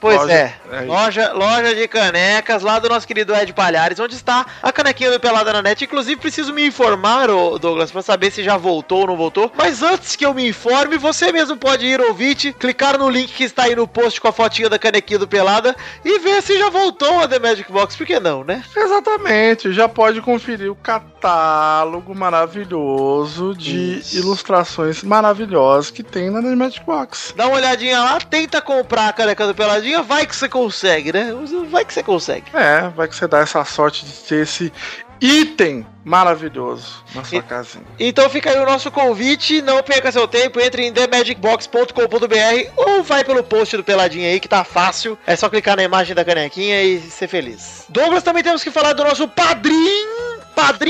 [SPEAKER 5] Pois
[SPEAKER 4] Loja-
[SPEAKER 5] é.
[SPEAKER 4] é isso.
[SPEAKER 5] Loja, loja de canecas lá do nosso querido Ed Palhares, onde está a canequinha do Pelada na Net. Inclusive, preciso me informar, ô Douglas, para saber se já voltou ou não voltou. Mas antes que eu me informe, você mesmo pode ir ouvinte, clicar no link que está aí no post com a fotinha da canequinha do Pelada e ver se já voltou a The Magic Box. Por que não, né?
[SPEAKER 4] Exatamente, já pode conferir o catálogo maravilhoso de ilustrações maravilhosas que tem na Magic Box.
[SPEAKER 5] Dá uma olhadinha lá, tenta comprar a caneca do Peladinha, vai que você consegue, né? Vai que você consegue.
[SPEAKER 4] É, vai que você dá essa sorte de ter esse item maravilhoso na sua
[SPEAKER 5] E-
[SPEAKER 4] casinha.
[SPEAKER 5] Então fica aí o nosso convite, não perca seu tempo, entre em themagicbox.com.br ou vai pelo post do Peladinha aí que tá fácil, é só clicar na imagem da canequinha e ser feliz. Douglas, também temos que falar do nosso padrinho,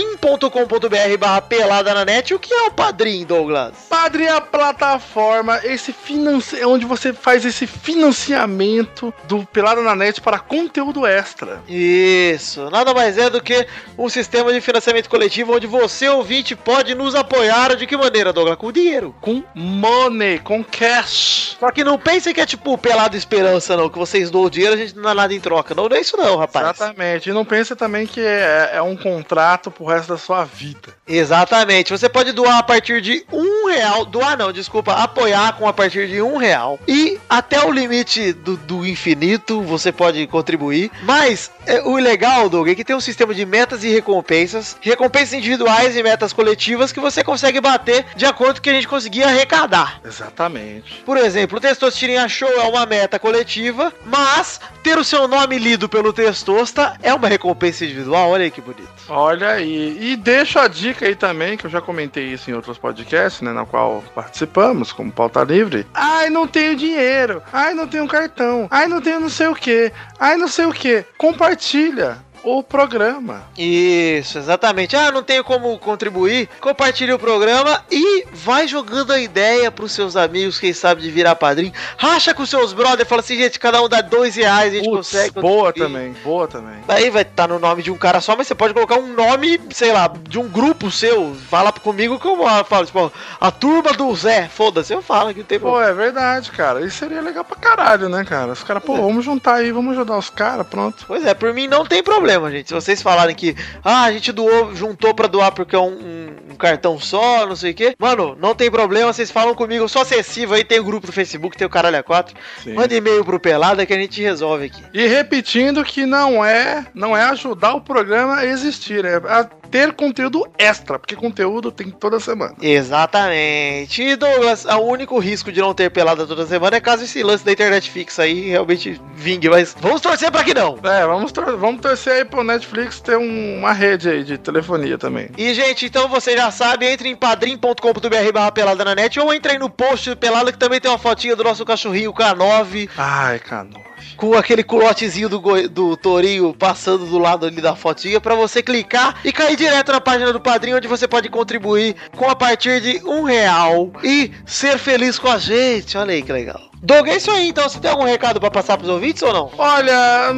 [SPEAKER 5] padrim.com.br barra pelada na net, o que é o padrim, Douglas?
[SPEAKER 4] Padre é a plataforma, esse financi... é onde você faz esse financiamento do Pelada na Net para conteúdo extra.
[SPEAKER 5] Isso, nada mais é do que um sistema de financiamento coletivo onde você, ouvinte, pode nos apoiar de que maneira, Douglas? Com dinheiro.
[SPEAKER 4] Com money, com cash.
[SPEAKER 5] Só que não pensem que é tipo o pelado esperança, não. Que vocês doam o dinheiro, a gente não dá nada em troca. Não, não é isso não, rapaz.
[SPEAKER 4] Exatamente. E não pense também que é, é um contrato pro resto da sua vida.
[SPEAKER 5] Exatamente. Você pode doar a partir de um real. Doar não, desculpa. Apoiar com a partir de um real. E até o limite do, do infinito você pode contribuir. Mas é, o legal, Doug, é que tem um sistema de metas e recompensas. Recompensas individuais e metas coletivas que você consegue bater de acordo com o que a gente conseguir arrecadar.
[SPEAKER 4] Exatamente.
[SPEAKER 5] Por exemplo, o Testosterinha Show é uma meta coletiva, mas ter o seu nome lido pelo Testosta é uma recompensa individual. Olha aí que bonito.
[SPEAKER 4] Olha aí. E deixo a dica aí também, que eu já comentei isso em outros podcasts, né? Na qual participamos, como pauta livre. Ai, não tenho dinheiro. Ai, não tenho cartão. Ai, não tenho não sei o que. Ai, não sei o que. Compartilha o programa.
[SPEAKER 5] Isso, exatamente. Ah, não tenho como contribuir. Compartilhe o programa e vai jogando a ideia pros seus amigos, quem sabe de virar padrinho. Racha com seus brothers, fala assim, gente, cada um dá dois reais, a gente
[SPEAKER 4] Putz,
[SPEAKER 5] consegue.
[SPEAKER 4] boa
[SPEAKER 5] contribuir.
[SPEAKER 4] também, boa também.
[SPEAKER 5] Daí vai estar no nome de um cara só, mas você pode colocar um nome, sei lá, de um grupo seu. Fala comigo que eu falo, tipo, a turma do Zé, foda-se, eu falo que tem problema.
[SPEAKER 4] Pô, é verdade, cara. Isso seria legal pra caralho, né, cara? Os caras, pô,
[SPEAKER 5] É.
[SPEAKER 4] vamos juntar aí, vamos ajudar os caras, pronto.
[SPEAKER 5] Pois é, por mim não tem problema, gente. Se vocês falarem que, ah, a gente doou, juntou pra doar porque é um, um- um cartão só, não sei o quê. Mano, não tem problema, vocês falam comigo. Eu sou acessível aí, tem o grupo do Facebook, tem o Caralho A4.
[SPEAKER 4] Sim.
[SPEAKER 5] Manda e-mail pro Pelada que a gente resolve aqui.
[SPEAKER 4] E repetindo que não é, não é ajudar o programa a existir, é a ter conteúdo extra, porque conteúdo tem toda semana.
[SPEAKER 5] Exatamente. E Douglas, o único risco de não ter pelada toda semana é caso esse lance da internet fixa aí realmente vingue, mas vamos torcer pra que não.
[SPEAKER 4] É, vamos, tor- vamos torcer aí pro Netflix ter um- uma rede aí de telefonia também.
[SPEAKER 5] E, gente, então você já sabe, entre em padrim.com.br barra pelada na net ou entre aí no post do pelada que também tem uma fotinha do nosso cachorrinho K9
[SPEAKER 4] Ai, cano.
[SPEAKER 5] com aquele culotezinho do, goi- do Torinho passando do lado ali da fotinha pra você clicar e cair direto na página do Padrinho onde você pode contribuir com a partir de um real e ser feliz com a gente. Olha aí que legal. Doug, é isso aí então. Você tem algum recado pra passar pros ouvintes ou não?
[SPEAKER 4] Olha.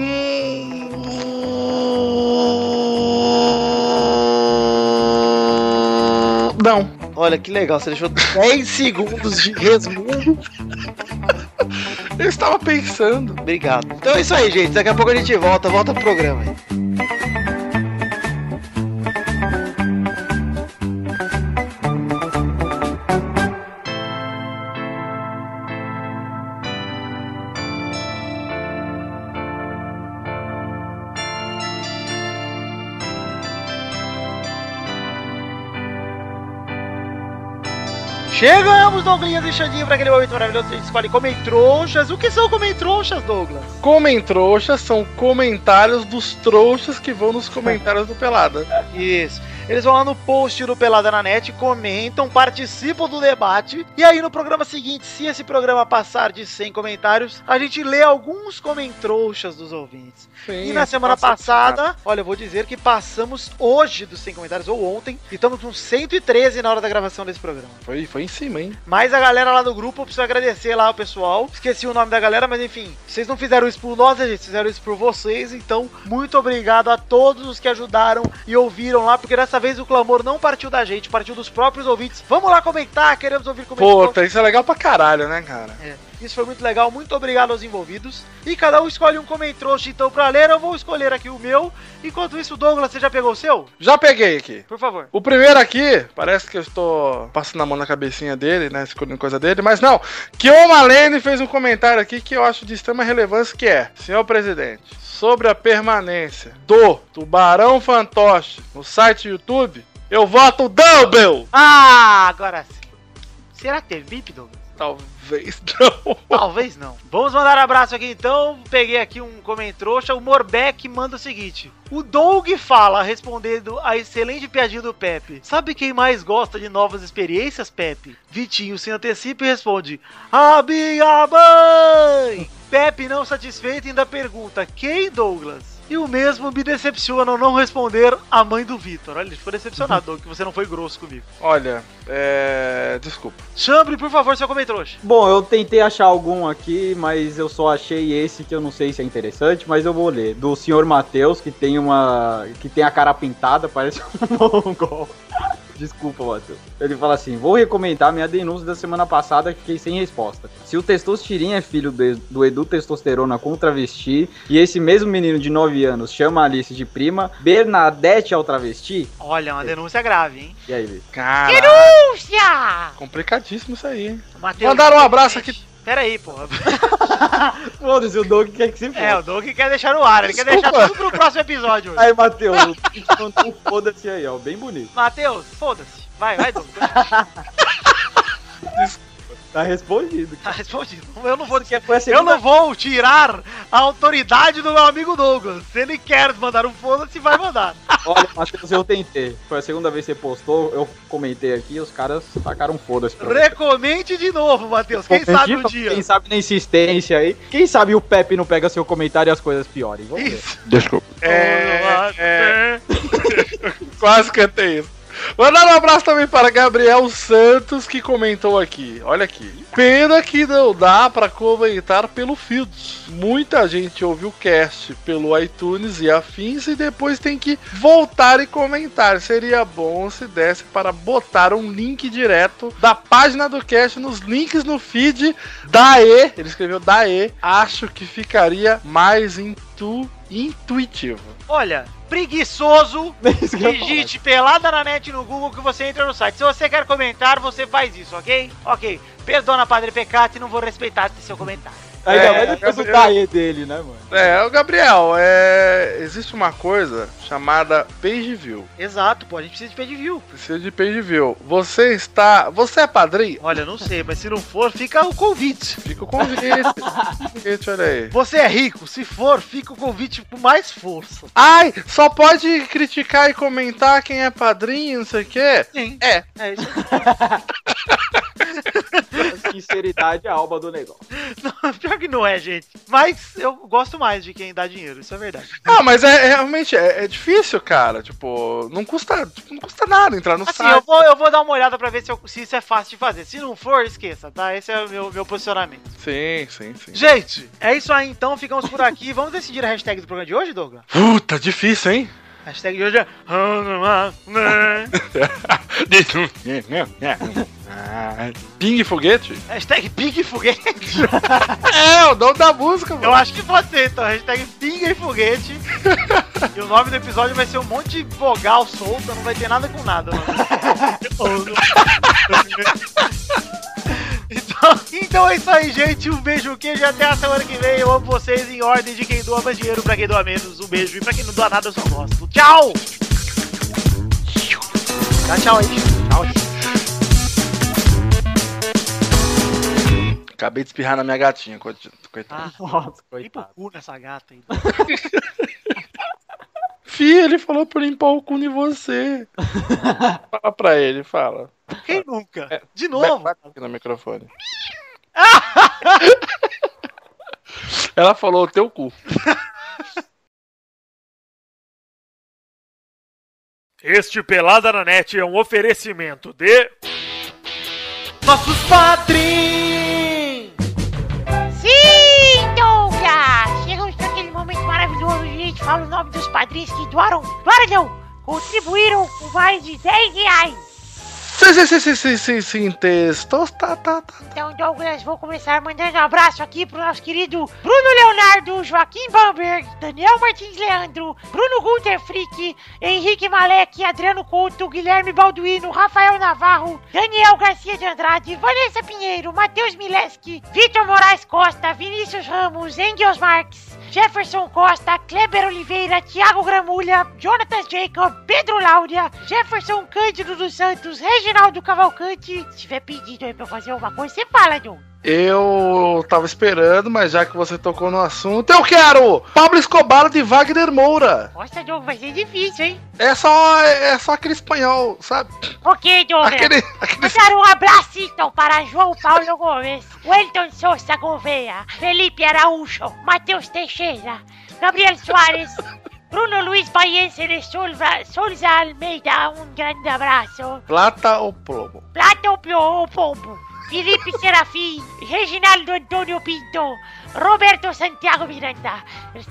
[SPEAKER 4] hum, Não.
[SPEAKER 5] Olha que legal, você deixou 10 segundos de resumo.
[SPEAKER 4] Eu estava pensando.
[SPEAKER 5] Obrigado. Então é isso aí, gente. Daqui a pouco a gente volta. Volta pro programa aí. Chegamos, Douglas e Xandinho, pra aquele momento maravilhoso que a gente escolhe comem trouxas. O que são comem trouxas, Douglas?
[SPEAKER 4] Comem trouxas são comentários dos trouxas que vão nos comentários do Pelada.
[SPEAKER 5] Isso. Eles vão lá no post do Pelada na Net, comentam, participam do debate. E aí no programa seguinte, se esse programa passar de 100 comentários, a gente lê alguns comentrouxas dos ouvintes.
[SPEAKER 4] Sim,
[SPEAKER 5] e na semana
[SPEAKER 4] passa-
[SPEAKER 5] passada, olha, eu vou dizer que passamos hoje dos 100 comentários, ou ontem, e estamos com 113 na hora da gravação desse programa.
[SPEAKER 4] Foi, foi em cima, hein?
[SPEAKER 5] Mas a galera lá do grupo, eu preciso agradecer lá o pessoal. Esqueci o nome da galera, mas enfim, vocês não fizeram isso por nós, né, gente, fizeram isso por vocês. Então, muito obrigado a todos os que ajudaram e ouviram lá, porque dessa vez o clamor não partiu da gente, partiu dos próprios ouvintes. Vamos lá comentar, queremos ouvir comentários.
[SPEAKER 4] Puta, isso é legal pra caralho, né, cara?
[SPEAKER 5] Isso foi muito legal, muito obrigado aos envolvidos. E cada um escolhe um comentrouxa então pra ler, eu vou escolher aqui o meu. Enquanto isso, Douglas, você já pegou o seu?
[SPEAKER 4] Já peguei aqui.
[SPEAKER 5] Por favor.
[SPEAKER 4] O primeiro aqui, parece que eu estou passando a mão na cabecinha dele, né? Escolhendo coisa dele, mas não. Kioma Lane fez um comentário aqui que eu acho de extrema relevância, que é, senhor presidente, sobre a permanência do Tubarão Fantoche no site YouTube, eu voto Dumble!
[SPEAKER 5] Ah, agora sim. Será que teve bip, Douglas?
[SPEAKER 4] Talvez não. *laughs*
[SPEAKER 5] Talvez não. Vamos mandar um abraço aqui então. Peguei aqui um comentrouxa. O Morbeck manda o seguinte: O Doug fala, respondendo a excelente piadinha do Pepe. Sabe quem mais gosta de novas experiências, Pepe? Vitinho se antecipa e responde: A minha mãe! Pepe, não satisfeito, ainda pergunta: Quem, Douglas? E o mesmo me decepciona ao não responder a mãe do Vitor. Olha, ele ficou decepcionado, Doug, que você não foi grosso comigo.
[SPEAKER 4] Olha, é. Desculpa.
[SPEAKER 5] Chambre, por favor, seu comentrouxa.
[SPEAKER 3] Bom, eu tentei achar algum aqui, mas eu só achei esse que eu não sei se é interessante, mas eu vou ler. Do senhor Matheus, que tem uma. que tem a cara pintada, parece *laughs* um mongol. Desculpa, Matheus. Ele fala assim: vou recomendar minha denúncia da semana passada que fiquei sem resposta. Se o Testostirinha é filho do, do Edu Testosterona com travesti, e esse mesmo menino de 9 anos chama a Alice de prima, Bernadette é o travesti?
[SPEAKER 5] Olha, é uma denúncia grave, hein?
[SPEAKER 3] E aí, Vitor?
[SPEAKER 4] Cara,
[SPEAKER 7] Puxa!
[SPEAKER 4] complicadíssimo isso aí, hein?
[SPEAKER 5] Mateus,
[SPEAKER 4] Mandaram um abraço
[SPEAKER 5] *laughs*
[SPEAKER 4] aqui.
[SPEAKER 5] Pera aí, porra.
[SPEAKER 3] Foda-se, o Doug quer que se
[SPEAKER 5] É,
[SPEAKER 3] foda.
[SPEAKER 5] o Doug quer deixar no ar, ele quer
[SPEAKER 4] Desculpa.
[SPEAKER 5] deixar tudo pro próximo episódio.
[SPEAKER 3] Aí, Matheus, o Doug mandou um foda-se aí, ó, bem bonito.
[SPEAKER 5] Matheus, foda-se. Vai, vai, Doug.
[SPEAKER 3] Tá *laughs* respondido.
[SPEAKER 5] Tá respondido. Eu não vou
[SPEAKER 3] que foi a
[SPEAKER 5] Eu não vou tirar a autoridade do meu amigo Douglas. Se ele quer mandar um foda-se, vai mandar.
[SPEAKER 3] Olha, Matheus, eu tentei. Foi a segunda vez que você postou, eu comentei aqui, os caras tacaram foda-se pra mim.
[SPEAKER 5] Recomente de novo, Matheus. Quem sabe um
[SPEAKER 3] Comenta,
[SPEAKER 5] dia.
[SPEAKER 3] Quem sabe na insistência aí. Quem sabe o Pepe não pega seu comentário e as coisas piorem. Vamos ver. *laughs*
[SPEAKER 5] Isso.
[SPEAKER 1] Desculpa.
[SPEAKER 4] É, Quase cantei isso. Mandar um abraço também para Gabriel Santos, que comentou aqui. Olha aqui. Pena que não dá para comentar pelo Fields. Muita gente ouve o cast pelo iTunes e afins e depois tem que voltar e comentar. Seria bom se desse para botar um link direto da página do cast nos links no feed da E. Ele escreveu da E. Acho que ficaria mais intu- intuitivo.
[SPEAKER 5] Olha, preguiçoso,
[SPEAKER 3] Isso que é eu ia falar.
[SPEAKER 5] digite pelada na net no Google que você entra no site. Se você quer comentar, você faz isso, ok? Ok. Perdona, Padre Pecati, não vou respeitar esse seu comentário.
[SPEAKER 3] Ainda
[SPEAKER 4] É,
[SPEAKER 3] mais depois do
[SPEAKER 4] Gabriel-
[SPEAKER 3] Caê dele, né, mano?
[SPEAKER 4] É, o Gabriel, é... existe uma coisa chamada page view.
[SPEAKER 5] Exato, pô, a gente precisa de page view.
[SPEAKER 4] Precisa de page view. Você está. Você é padrinho?
[SPEAKER 5] Olha, eu não sei, mas se não for, fica o convite.
[SPEAKER 4] Fica o convite. Convite, olha aí.
[SPEAKER 5] Você é rico, se for, fica o convite com mais força.
[SPEAKER 4] Ai, só pode criticar e comentar quem é padrinho, não sei o quê.
[SPEAKER 5] Sim.
[SPEAKER 4] É.
[SPEAKER 5] É *laughs* isso.
[SPEAKER 3] Sinceridade é a alma do negócio.
[SPEAKER 5] Não, pior que não é, gente. Mas eu gosto mais de quem dá dinheiro, isso é verdade.
[SPEAKER 4] Ah, mas é, é realmente é, é difícil, cara. Tipo, não custa, tipo, não custa nada entrar no
[SPEAKER 5] Assim,
[SPEAKER 4] site.
[SPEAKER 5] eu vou, eu vou dar uma olhada pra ver se, eu- se isso é fácil de fazer. Se não for, esqueça, tá? Esse é o meu, meu posicionamento.
[SPEAKER 4] Sim, sim, sim.
[SPEAKER 5] Gente, é isso aí então, ficamos por aqui. Vamos decidir a hashtag do programa de hoje, Douglas?
[SPEAKER 4] Puta, difícil, hein? *laughs*
[SPEAKER 5] A hashtag de hoje *laughs* é.
[SPEAKER 4] Ping foguete?
[SPEAKER 5] Hashtag Pig Foguete. *laughs*
[SPEAKER 4] É, o nome da música,
[SPEAKER 5] Eu
[SPEAKER 4] mano.
[SPEAKER 5] acho que pode ser, então. Hashtag pinga e foguete. e o nome do episódio vai ser um monte de vogal solta, não vai ter nada com nada. mano. então, então é isso aí, gente. Um beijo, um queijo e até a semana que vem. Eu amo vocês em ordem de quem doa mais dinheiro pra quem doa menos. Um beijo. E pra quem não doa nada, eu só gosto. Tchau! Dá tchau aí. Tchau.
[SPEAKER 4] Acabei de espirrar na minha gatinha, coit- coitado.
[SPEAKER 5] Ah,
[SPEAKER 3] Nossa,
[SPEAKER 5] limpa o
[SPEAKER 3] coitado.
[SPEAKER 5] cu nessa gata aí.
[SPEAKER 4] Fih, ele falou pra eu limpar o cu em você. fala pra ele, fala.
[SPEAKER 5] Quem nunca? De novo.
[SPEAKER 4] Vai- vai aqui no microfone. *laughs* Ela falou o teu cu.
[SPEAKER 9] Este Pelada na Net é um oferecimento de.
[SPEAKER 5] Nossos padrinhos!
[SPEAKER 7] Sim, Douglas! Chegamos naquele momento maravilhoso onde a gente fala o nome dos padrinhos que doaram. Doaram não! Contribuíram com mais de 10 reais.
[SPEAKER 4] Sim, sim, sim, sim, sim, sim, sim, textos. Tá, tá, tá.
[SPEAKER 7] Então, Douglas, vou começar mandando um abraço aqui pro nosso querido Bruno Leonardo, Joaquim Bamberg, Daniel Martins Leandro, Bruno Gunter Frick, Henrique Malek, Adriano Couto, Guilherme Balduino, Rafael Navarro, Daniel Garcia de Andrade, Vanessa Pinheiro, Matheus Mileski, Vitor Moraes Costa, Vinícius Ramos, Engels Marques, Jefferson Costa, Kleber Oliveira, Thiago Gramulha, Jonathan Jacob, Pedro Laura, Jefferson Cândido dos Santos, Reginaldo Cavalcante. Se tiver pedido aí pra eu fazer alguma coisa, você fala, John.
[SPEAKER 4] Eu tava esperando, mas já que você tocou no assunto, eu quero! Pablo Escobar de Wagner Moura.
[SPEAKER 7] Nossa, John, vai ser difícil, hein?
[SPEAKER 4] É só, é só aquele espanhol, sabe?
[SPEAKER 7] Ok, John.
[SPEAKER 4] Aquele, aquele
[SPEAKER 7] Mandar um abraço então para João Paulo Gomes, Wellington Souza Gouveia, Felipe Araújo, Matheus Teixeira, Gabriel Soares, Bruno Luiz Baiense de Solva- Souza Almeida, um grande abraço.
[SPEAKER 4] plata ou plomo.
[SPEAKER 7] Platão Pio- Pombo, Felipe Serafim, Reginaldo Antônio Pinto, Roberto Santiago Miranda,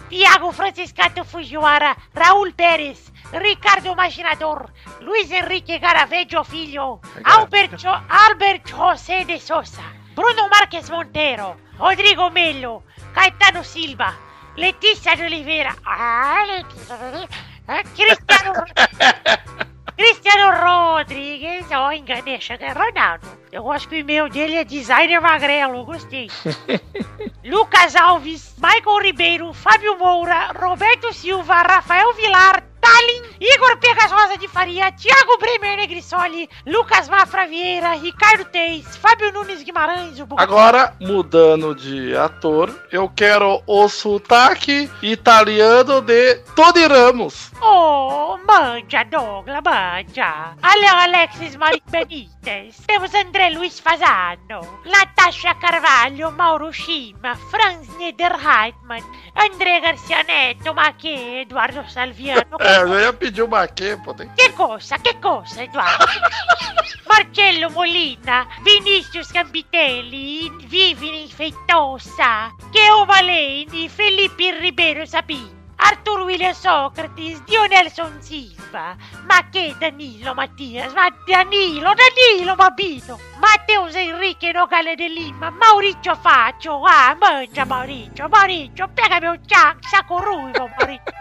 [SPEAKER 7] Tiago Franciscato Fujiwara, Raul Pérez, Ricardo Maginador, Luiz Henrique Garaveggio Filho, Albert, Jo- Albert José de Souza, Bruno Marques Montero, Rodrigo Melo, Caetano Silva, Letícia de Oliveira, ah, Letícia de Oliveira, ah, Cristiano Cristiano Rodrigues, ó, enganei, achei que era Ronaldo. Eu acho que o e-mail dele é designer magrelo, gostei. Lucas Alves, Michael Ribeiro, Fábio Moura, Roberto Silva, Rafael Vilar, Talin, Igor Pegas Rosa de Faria, Thiago Bremer Negrisoli, Lucas Mafra Vieira, Ricardo Teis, Fábio Nunes Guimarães, o Bubu-
[SPEAKER 4] Agora, mudando de ator, eu quero o sotaque italiano de Tony Ramos.
[SPEAKER 7] Oh, manja, Douglas, manja. Ale Alexis Mari Benitez. Temos André Luiz Fasano. Natasha Carvalho, Mauro Schima, Franz Niederreitmann. André Garcia Neto, ma che Eduardo Salviano.
[SPEAKER 4] É, eu ia pedir uma aqui, pô. Tem...
[SPEAKER 7] Che cosa, che cosa, Eduardo? Marcello Molina, Vinicius Gambitelli, Vivini Feitosa, Cheo Valeni, Felipe Ribeiro Sabin, Arthur William Socrates, Dionelson Silva, ma che Danilo Mattias, ma Danilo, Danilo Babino, Matteo Enrique Nogale de Lima, Mauricio Faccio, ah, mangia Mauricio, Mauricio, pegami un ciak, sacco ruivo, Mauricio.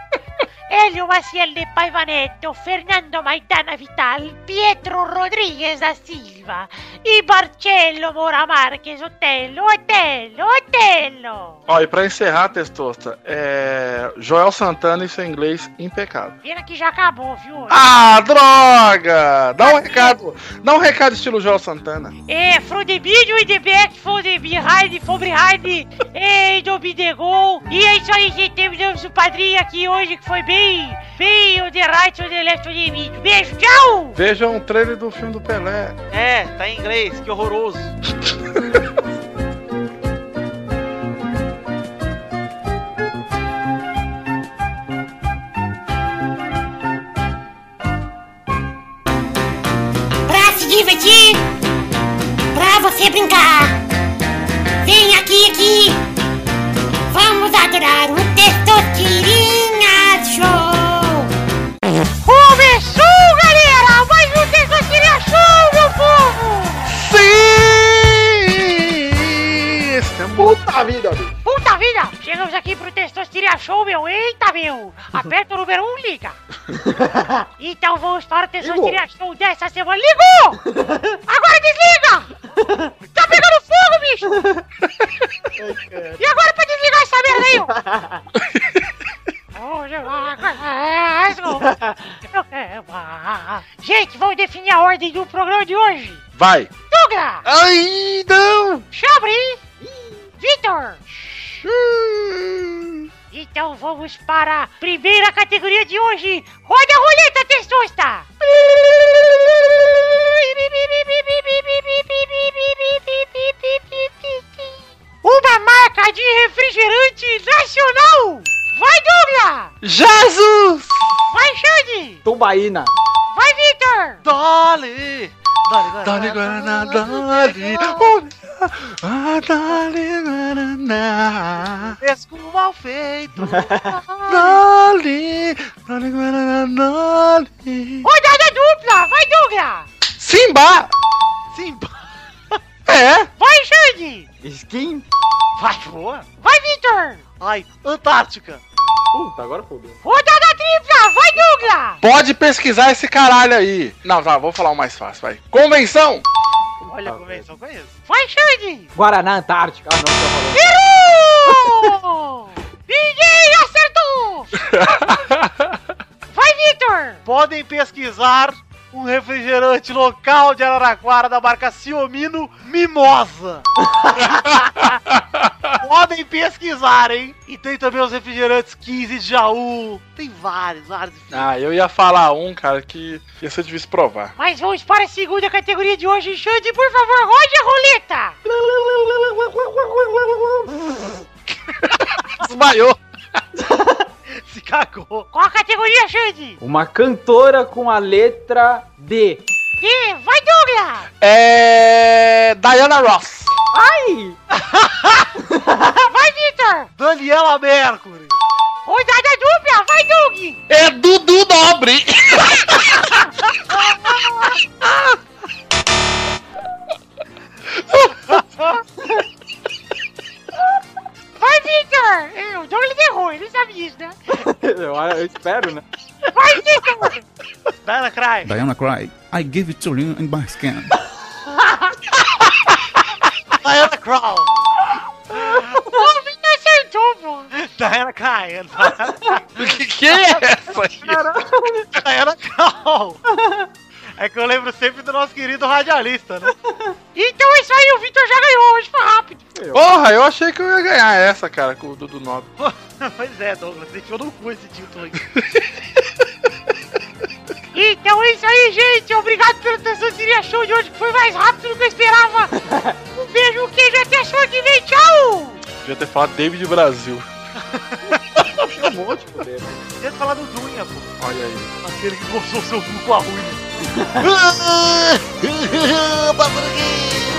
[SPEAKER 7] Elio Maciel de Paivanetto, Fernando Maidana Vital, Pietro Rodriguez da Silva, e Barcello Mora Marques, Otello, Otello, Otello.
[SPEAKER 4] Ó, e pra encerrar, Testosta, é. Joel Santana e seu inglês impecável.
[SPEAKER 7] Pena que já acabou, viu?
[SPEAKER 4] Ah, droga! Dá um recado! Dá um recado estilo Joel Santana.
[SPEAKER 7] É, from the middle e the back, from the behind, from behind, e do be the goal. E é isso aí, gente. Terminamos o padrinho aqui hoje, que foi bem, bem on the right, on the left, on the mid. Beijo, tchau!
[SPEAKER 4] Vejam o trailer do filme do Pelé.
[SPEAKER 5] É, tá em inglês, que horroroso.
[SPEAKER 10] pra se divertir, pra você brincar. Vem aqui, aqui, vamos adorar o Testosterinha Show.
[SPEAKER 7] Começou, é galera! Mais um Testosterinha Show, meu povo!
[SPEAKER 4] Sim! Esse é bom.
[SPEAKER 3] Puta vida, bicho.
[SPEAKER 7] Puta vida! Chegamos aqui pro Testosterinha Show, meu. Eita, meu! Aperta o número 1, um,
[SPEAKER 3] *laughs*
[SPEAKER 7] liga. Então vamos para o Testosterinha Show dessa semana. Ligou! Agora desliga! Tá pegando fogo, bicho! E agora pra desligar essa merda aí, ó. Hoje eu vou- Gente, vamos definir a ordem do programa de hoje.
[SPEAKER 4] Vai!
[SPEAKER 7] Douglas,
[SPEAKER 4] Ai, não!
[SPEAKER 7] Xabri, Então vamos para a primeira categoria de hoje. Roda a roleta, testosta! Uma marca de refrigerante nacional! Vai, Douglas!
[SPEAKER 4] Jesus!
[SPEAKER 7] Vai, Xande!
[SPEAKER 3] Tubaína.
[SPEAKER 7] Vai, Victor!
[SPEAKER 5] Dole!
[SPEAKER 4] Dali Guaraná, Dali. Ah, Dali Guaraná.
[SPEAKER 5] Pesco mal feito.
[SPEAKER 4] Dali. Dali Guaraná, Dali.
[SPEAKER 7] Rodada dupla! Vai, Douglas!
[SPEAKER 4] Simba!
[SPEAKER 5] Simba.
[SPEAKER 4] É?
[SPEAKER 7] Vai, Xande!
[SPEAKER 3] Skin?
[SPEAKER 5] Vai, boa.
[SPEAKER 7] Vai, Victor!
[SPEAKER 5] Ai, Antártica.
[SPEAKER 3] Puta, agora fodeu.
[SPEAKER 7] Rodada tripla! Vai, Douglas!
[SPEAKER 4] Pode pesquisar esse caralho aí. Não, tá, vou falar o mais fácil, vai. Convenção!
[SPEAKER 5] Olha
[SPEAKER 3] Tá
[SPEAKER 5] como é, só conheço.
[SPEAKER 3] *laughs*
[SPEAKER 7] Vai, Xande!
[SPEAKER 3] Guaraná Antártica. Ah, não, tá
[SPEAKER 7] Errou! Ninguém acertou! Vai, Victor!
[SPEAKER 5] Podem pesquisar um refrigerante local de Araraquara da marca Ciomino Mimosa. Podem pesquisar, hein? E tem também os refrigerantes 15 de Jaú. Tem vários, vários.
[SPEAKER 4] *laughs* Ah, eu ia falar um, cara, que ia ser difícil provar.
[SPEAKER 7] Mas vamos para a segunda categoria de hoje. Xande, por favor, rode a roleta!
[SPEAKER 4] Desmaiou.
[SPEAKER 5] Se cagou.
[SPEAKER 7] Qual a categoria, Xande?
[SPEAKER 3] Uma cantora com a letra D.
[SPEAKER 7] E vai, Douglas!
[SPEAKER 4] É. Diana Ross.
[SPEAKER 3] Ai!
[SPEAKER 7] Vai, Victor!
[SPEAKER 5] Daniela Mercury.
[SPEAKER 7] Rodada dupla! Vai, Doug!
[SPEAKER 4] É Dudu Nobre.
[SPEAKER 7] Vai, Victor! É, O Douglas errou, ele sabe disso, né?
[SPEAKER 3] *laughs* Eu, eu espero, né?
[SPEAKER 7] Vai, Victor!
[SPEAKER 5] Diana Cry.
[SPEAKER 1] Diana cried. I gave it to you in my skin.
[SPEAKER 5] *laughs* Diana Crow.
[SPEAKER 7] O Vini acertou, pô!
[SPEAKER 5] Diana Cry. *laughs*
[SPEAKER 4] O *laughs* que, que é essa aqui?
[SPEAKER 5] Diana Crow. É que eu lembro sempre do nosso querido radialista, né? *laughs*
[SPEAKER 7] Então é isso aí, o Victor já ganhou hoje, foi rápido!
[SPEAKER 4] Porra, eu achei que eu ia ganhar essa, cara, com o Dudu Nobre.
[SPEAKER 5] pois é, Douglas, enfiou no cu esse título aí.
[SPEAKER 7] Então é isso aí, gente! Obrigado pela atenção, seria show de hoje, que foi mais rápido do que eu esperava! Um beijo, um queijo e até show que vem, tchau!
[SPEAKER 4] Devia ter falado David Brasil.
[SPEAKER 3] Tem um monte de poder.
[SPEAKER 5] Podia falar do Dunha, pô.
[SPEAKER 4] Olha aí.
[SPEAKER 5] Aquele que coçou seu cu com a unha.
[SPEAKER 2] Papo do Guia.